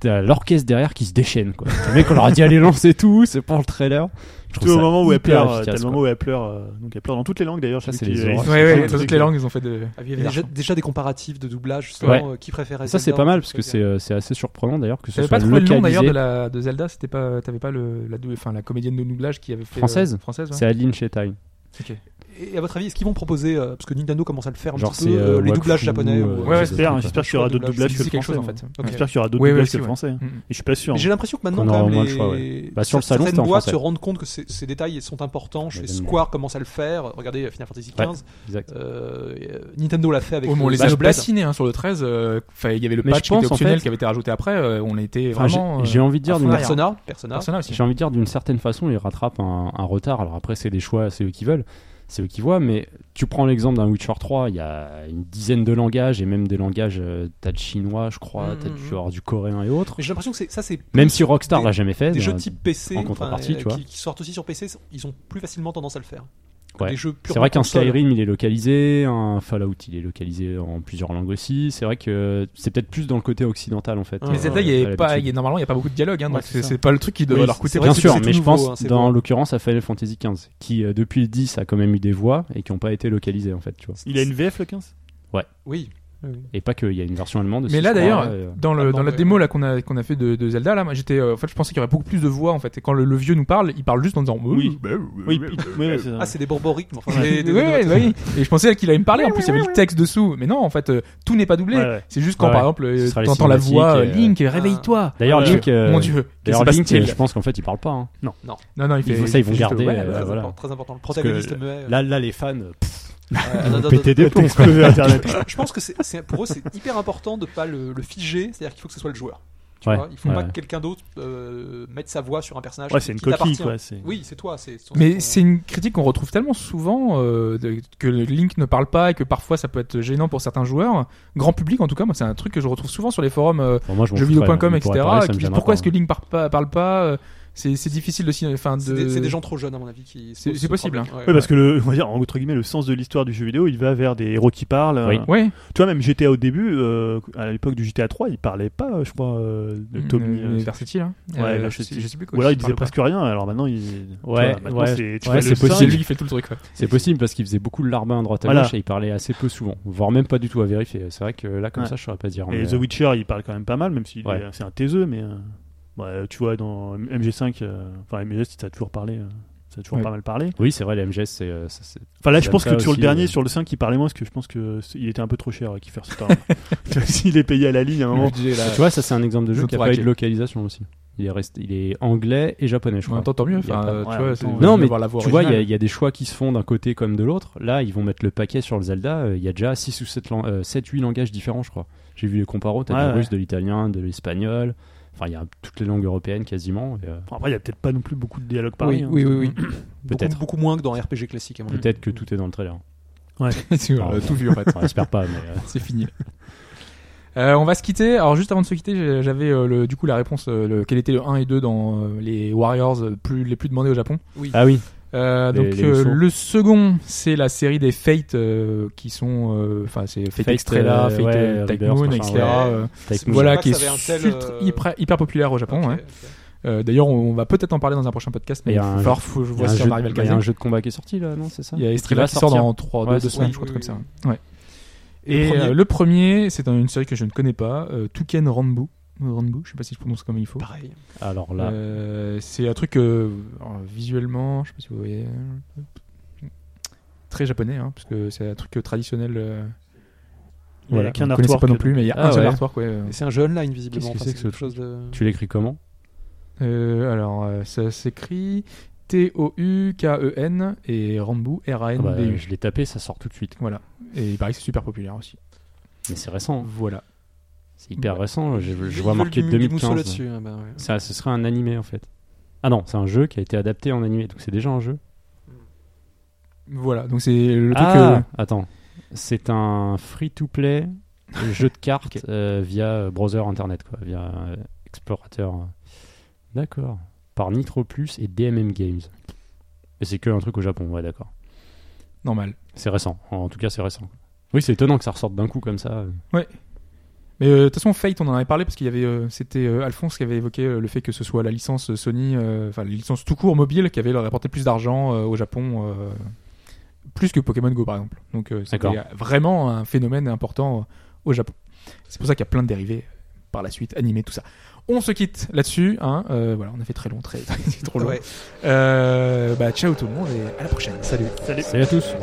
t'as l'orchestre derrière qui se déchaîne. Quoi. Les mecs, on leur a dit allez lancer tout, c'est pas le trailer. Je trouve
Tout au
ça
moment où elle
hyper
pleure, euh,
efficace,
t'as le
quoi.
moment où elle pleure, euh, donc elle pleure dans toutes les langues d'ailleurs.
Ça,
je sais
Oh, c'est
plus
les oreilles.
qui-
Ouais, ouais,
c'est
dans
un
toutes
truc,
les langues, ils ont fait de.
Il y avait
Et
déjà,
l'argent.
déjà des comparatifs de doublage, justement,
Ouais.
euh, qui préférait
Ça, c'est
Zelda,
pas mal parce
qui
que c'est
préférait-
euh, c'est assez surprenant d'ailleurs que ce
T'avais
soit
pas trouvé le nom d'ailleurs de,
localisé.
la, de Zelda, c'était pas, t'avais pas le, la, dou- enfin, la comédienne de doublage qui avait fait.
Française
euh, Française, ouais.
C'est Adeline Chetine.
Et à votre avis, est-ce qu'ils vont proposer, euh, parce que Nintendo commence à le faire un
Genre,
petit
c'est,
peu,
euh,
euh, les
Wakfu,
doublages japonais
euh,
ou-
Ouais, ouais,
J'espère, hein, j'espère qu'il y aura d'autres
Doublage,
doublages
Ils
que
disent
le
quelque chose
français.
en
moi.
fait.
hein.
Ok.
J'espère qu'il y aura d'autres
Ouais, ouais,
doublages
si,
que le
ouais.
français. hein.
Mm.
Et je suis pas sûr.
Mais
hein.
J'ai l'impression que maintenant,
Qu'on aura
quand
au moins
même,
le choix,
les...
Bah, sur le salon,
certaines
c'était en
boîtes
français.
se rendent compte que ces ces détails sont importants. Je
Ouais,
fais
évidemment.
Square commence à le faire. Regardez Final Fantasy
Ouais. Bah,
XV.
Exact.
Euh, et, euh, Nintendo l'a fait avec
Oh, mais on
le
les a
Xenoblade.
bassinés hein, sur le 13. euh, Enfin, il y avait le
Mais je
patch qui était
pense, en
optionnel
fait-
qui avait été rajouté après. euh, on était
Enfin, j'ai-
vraiment. euh,
J'ai envie
à
de dire
fond
d'une
derrière.
Persona, Persona.
Persona aussi.
J'ai envie de dire d'une certaine façon, ils rattrapent un, un retard. Alors après, c'est des choix, c'est eux qui veulent, c'est eux qui voient. Mais tu prends l'exemple d'un Witcher 3, il y a une dizaine de langages et même des langages. euh, T'as de chinois, je crois,
Mhm,
t'as
mhm.
du, alors, du coréen et autres.
Mais j'ai l'impression que c'est- ça, c'est
Même si Rockstar
des-
l'a jamais fait.
des
euh,
jeux type PC
en contrepartie,
enfin,
tu vois.
Qui, qui sortent aussi sur PC, ils ont plus facilement tendance à le faire. que
Ouais.
les jeux purement
C'est vrai qu'un
console.
Skyrim il est localisé, un Fallout il est localisé en plusieurs langues aussi. C'est vrai que c'est peut-être plus dans le côté occidental en fait.
Mais
Mais
euh,
Zelda, il y
à
avait pas,
l'habitude.
il y a- normalement, il n'y a pas beaucoup de dialogue. Hein,
Ouais,
donc,
c'est
c'est
ça.
c'est pas le truc qui doit
Oui,
leur coûter.
c'est
Bien
vrai que
sûr,
c'est tout
mais je
nouveau,
pense
hein, c'est
dans
nouveau.
l'occurrence à Final Fantasy XV, qui euh, depuis le 10 a quand même eu des voix et qui n'ont pas été localisées en fait, tu vois.
Il a une VF le 15
Oui. Oui.
Et pas qu'il y a une version allemande. aussi,
Mais là
je crois,
d'ailleurs,
euh,
dans, le,
Ah,
dans la
ouais.
démo là qu'on a qu'on a fait de, de Zelda là, moi, j'étais euh, en fait je pensais qu'il y aurait beaucoup plus de voix en fait. Et quand le, le vieux nous parle, il parle juste en disant
Oui.
bah,
Oui, oui, oui, c'est ça.
Ah, c'est des borborigmes. Enfin,
Ouais.
des- des-
Ouais,
des-
ouais, ouais. Et je pensais qu'il allait me parler. En plus, il y avait le texte dessous. Mais non, en fait, euh, tout n'est pas doublé.
Ouais, ouais.
C'est juste quand,
Ouais.
par exemple,
Ce
euh,
sera les
t'entends la voix euh,
cinématiques,
Link, réveille-toi.
D'ailleurs,
Ah,
Link, euh,
Mon Dieu.
D'ailleurs,
Qu'est-ce qui
Link,
se passe-t-il
euh, je pense qu'en fait, il parle pas. hein.
Non, non, il
Ils
fait.
font ça, ils vont
il fait juste,
garder,
ouais, bah,
euh,
ouais,
très
voilà.
important, Très important. Le
que
protagoniste muet.
Là, là, les fans, euh, pff,
Ouais,
ils
non,
vont
non,
péter
non,
des plombs. quoi.
Exploser Internet.
non. Je pense que c'est c'est- pour eux, c'est hyper important de pas le, le figer. C'est-à-dire qu'il faut que ce soit le joueur. Tu
Ouais.
vois, il faut pas
Ouais.
que quelqu'un d'autre euh, mette sa voix sur un personnage.
Ouais,
qui-
c'est une
qui
coquille,
t'appartient.
quoi. c'est-
Oui, c'est toi. c'est- c'est-
Mais c'est une critique qu'on retrouve tellement souvent euh, de- que Link ne parle pas et que parfois ça peut être gênant pour certains joueurs. Grand public, en tout cas, moi, c'est un truc que je retrouve souvent sur les forums euh,
Bon, moi, je m'en foutrais,
jeuxvideo.com,
mais
etc.
pour être pareil, ça me
qui disent
gênera
pourquoi
pas,
est-ce que
hein.
Link parle pas, parle pas euh, C'est c'est difficile de. signer- Enfin,
C'est
de.
des, c'est des gens trop jeunes, à mon avis. qui se
C'est-
posent
c'est
ce
possible, hein.
problème. Ouais,
Oui, parce que le, on va dire, entre guillemets, le sens de l'histoire du jeu vidéo, il va vers des héros qui parlent.
Oui.
euh,
Ouais.
Tu vois, même GTA au début, euh, à l'époque du GTA 3, il parlait pas, euh, je crois, euh, de Tommy.
Euh,
euh,
Versetti, là.
Ouais,
Euh,
Versetti.
Je sais- je sais plus quoi.
ou alors
je
il disait
parle pas.
presque rien, alors maintenant il. tu
Ouais,
vois, maintenant,
ouais.
c'est tu
Ouais,
vois,
c'est
le
C'est
possible.
lui
singe.
qui fait tout le truc. ouais.
C'est possible parce qu'il faisait beaucoup le larbin à droite à
Voilà.
gauche et il parlait assez peu souvent, voire même pas du tout à vérifier. C'est vrai que là, comme
Ouais.
ça, je saurais pas dire.
Et
mais,
The Witcher, il parle quand même pas mal, même si
euh, Ouais.
c'est un taiseux, mais. euh, ouais, tu vois, dans MG5, euh, enfin, MG, ça a toujours parlé. euh, ça a toujours
Ouais.
pas mal parlé.
Oui, c'est vrai, les MGS, c'est. euh, ça, c'est-
Enfin là, je
C'est
pense que
après
sur le
aussi,
dernier,
euh,
sur le 5, il parlait moins parce que je pense que c'est- il était un peu trop cher, euh, Kiefer Sutherland. Tu vois, S'il est payé à la ligne à un moment.
Tu vois, ça, c'est un exemple de
Je
jeu qui a
pourrais
pas eu de
hacker.
localisation aussi. Il est, resté... il est anglais et japonais, je
En
crois.
même temps, tant mieux.
Il y a
enfin,
pas-
euh, tu
ouais,
vois,
en
c'est-
même temps,
de
Non, mais
voir la voix
Tu vois, il y a-
originale.
il y, a des choix qui se font d'un côté comme de l'autre. Là, ils vont mettre le paquet sur le Zelda. Euh, Il y a déjà 6 ou 7, 8 langages différents, je crois. J'ai vu les comparos, t'as
Ouais,
du
ouais.
russe, de l'italien, de l'espagnol. Enfin, il y a toutes les langues européennes quasiment. et, euh,
Bon, Après, il y a peut-être pas non plus beaucoup de dialogues pareils.
Oui,
hein.
oui, oui, oui.
Peut-être.
Beaucoup, beaucoup moins que dans RPG classique, à mon avis.
Peut-être que tout est dans le trailer.
C'est, euh,
Alors,
tout vu en fait.
Enfin, J'espère pas, mais. euh,
C'est fini. Euh, on va se quitter. Alors juste avant de se quitter, j'ai- j'avais euh, le, du coup la réponse. euh, le, quel était le 1 et 2 dans euh, les Warriors euh, plus, les plus demandés au Japon
Ah oui,
Euh,
Les-
Donc
les
euh,
leçons.
le second, c'est la série des Fate euh, qui sont, euh, enfin c'est Fate,
Fate,
Extrella,
euh,
Fate
ouais,
euh, Dark
Rebirth,
Moon,
machin,
etc.
ouais.
euh,
Take
Je
Me.
voilà
savais pas
qui
que
est
ça avait un tel,
ultra-
euh,
hyper, hyper populaire au Japon.
Ok,
ouais.
hein.
ok.
Euh, D'ailleurs, on va peut-être en parler dans un prochain podcast, mais
Il
il
y a
va
un-
falloir faut- je
Il y, a
vois
un
si
jeu
on
de-
arrive à le
il y a
caser.
un jeu de combat qui est sorti là, non C'est ça
Il y a Estrella
va
qui sort
sortir.
dans 3
Ouais,
2
c'est ça.
semaines,
Oui,
je crois
oui,
comme
oui.
ça. Ouais.
Et
Et
le premier
euh, le premier, c'est un- une série que je ne connais pas, euh, Touken Ranbu. Ranbu, je sais pas si je prononce comme il faut.
Pareil.
Alors là,
Euh, c'est un truc euh, alors, visuellement, je sais pas si vous voyez. très japonais, hein, parce que c'est un truc euh, traditionnel. euh,
Il y a
voilà,
qu'un
on connaissait
artwork
pas non plus, mais il y a
Ah
un seul
ouais.
artwork. ouais, euh.
Et c'est un jeu online, visiblement.
Qu'est-ce que
Enfin,
c'est que ce
quelque chose de...
Tu l'écris comment
Euh, alors, euh, ça s'écrit T-O-U-K-E-N E et Ranbu,
Ah bah,
R-A-N-B-U.
Je l'ai tapé, ça sort tout de suite.
Voilà. Et il paraît que c'est super populaire aussi.
Mais c'est récent. hein.
Voilà.
C'est hyper récent. Je, je
Ils
vois
veulent
marqué
du- du mousseau
2015.
là-dessus. ah bah ouais.
Ça, ce serait un animé en fait. Ah non, c'est un jeu qui a été adapté en animé, donc c'est déjà un jeu.
Voilà. Donc c'est le truc. euh,
ah, attends. C'est un free-to-play jeu de cartes euh, via euh, browser internet, quoi, via euh, explorateur. euh. D'accord. Par Nitro Plus et DMM Games. Et c'est que un truc au Japon, ouais, d'accord.
euh, normal.
C'est récent. En tout cas, c'est récent. Oui, c'est étonnant que ça ressorte d'un coup comme ça.
Mais euh, de toute façon, Fate, on en avait parlé parce qu'il y avait, euh, c'était euh, Alphonse qui avait évoqué euh, le fait que ce soit la licence Sony, euh, enfin la licence tout court mobile, qui avait leur apporté plus d'argent euh, au Japon, euh, plus que Pokémon Go par exemple. Donc euh, c'était
D'accord.
vraiment un phénomène important euh, au Japon. C'est pour ça qu'il y a plein de dérivés euh, par la suite, animés, tout ça. On se quitte là-dessus. Hein, euh, voilà, on a fait très long, très, c'est trop long.
Ah Ouais.
Euh, bah, ciao tout le monde et à la prochaine.
Salut.
Salut à tous.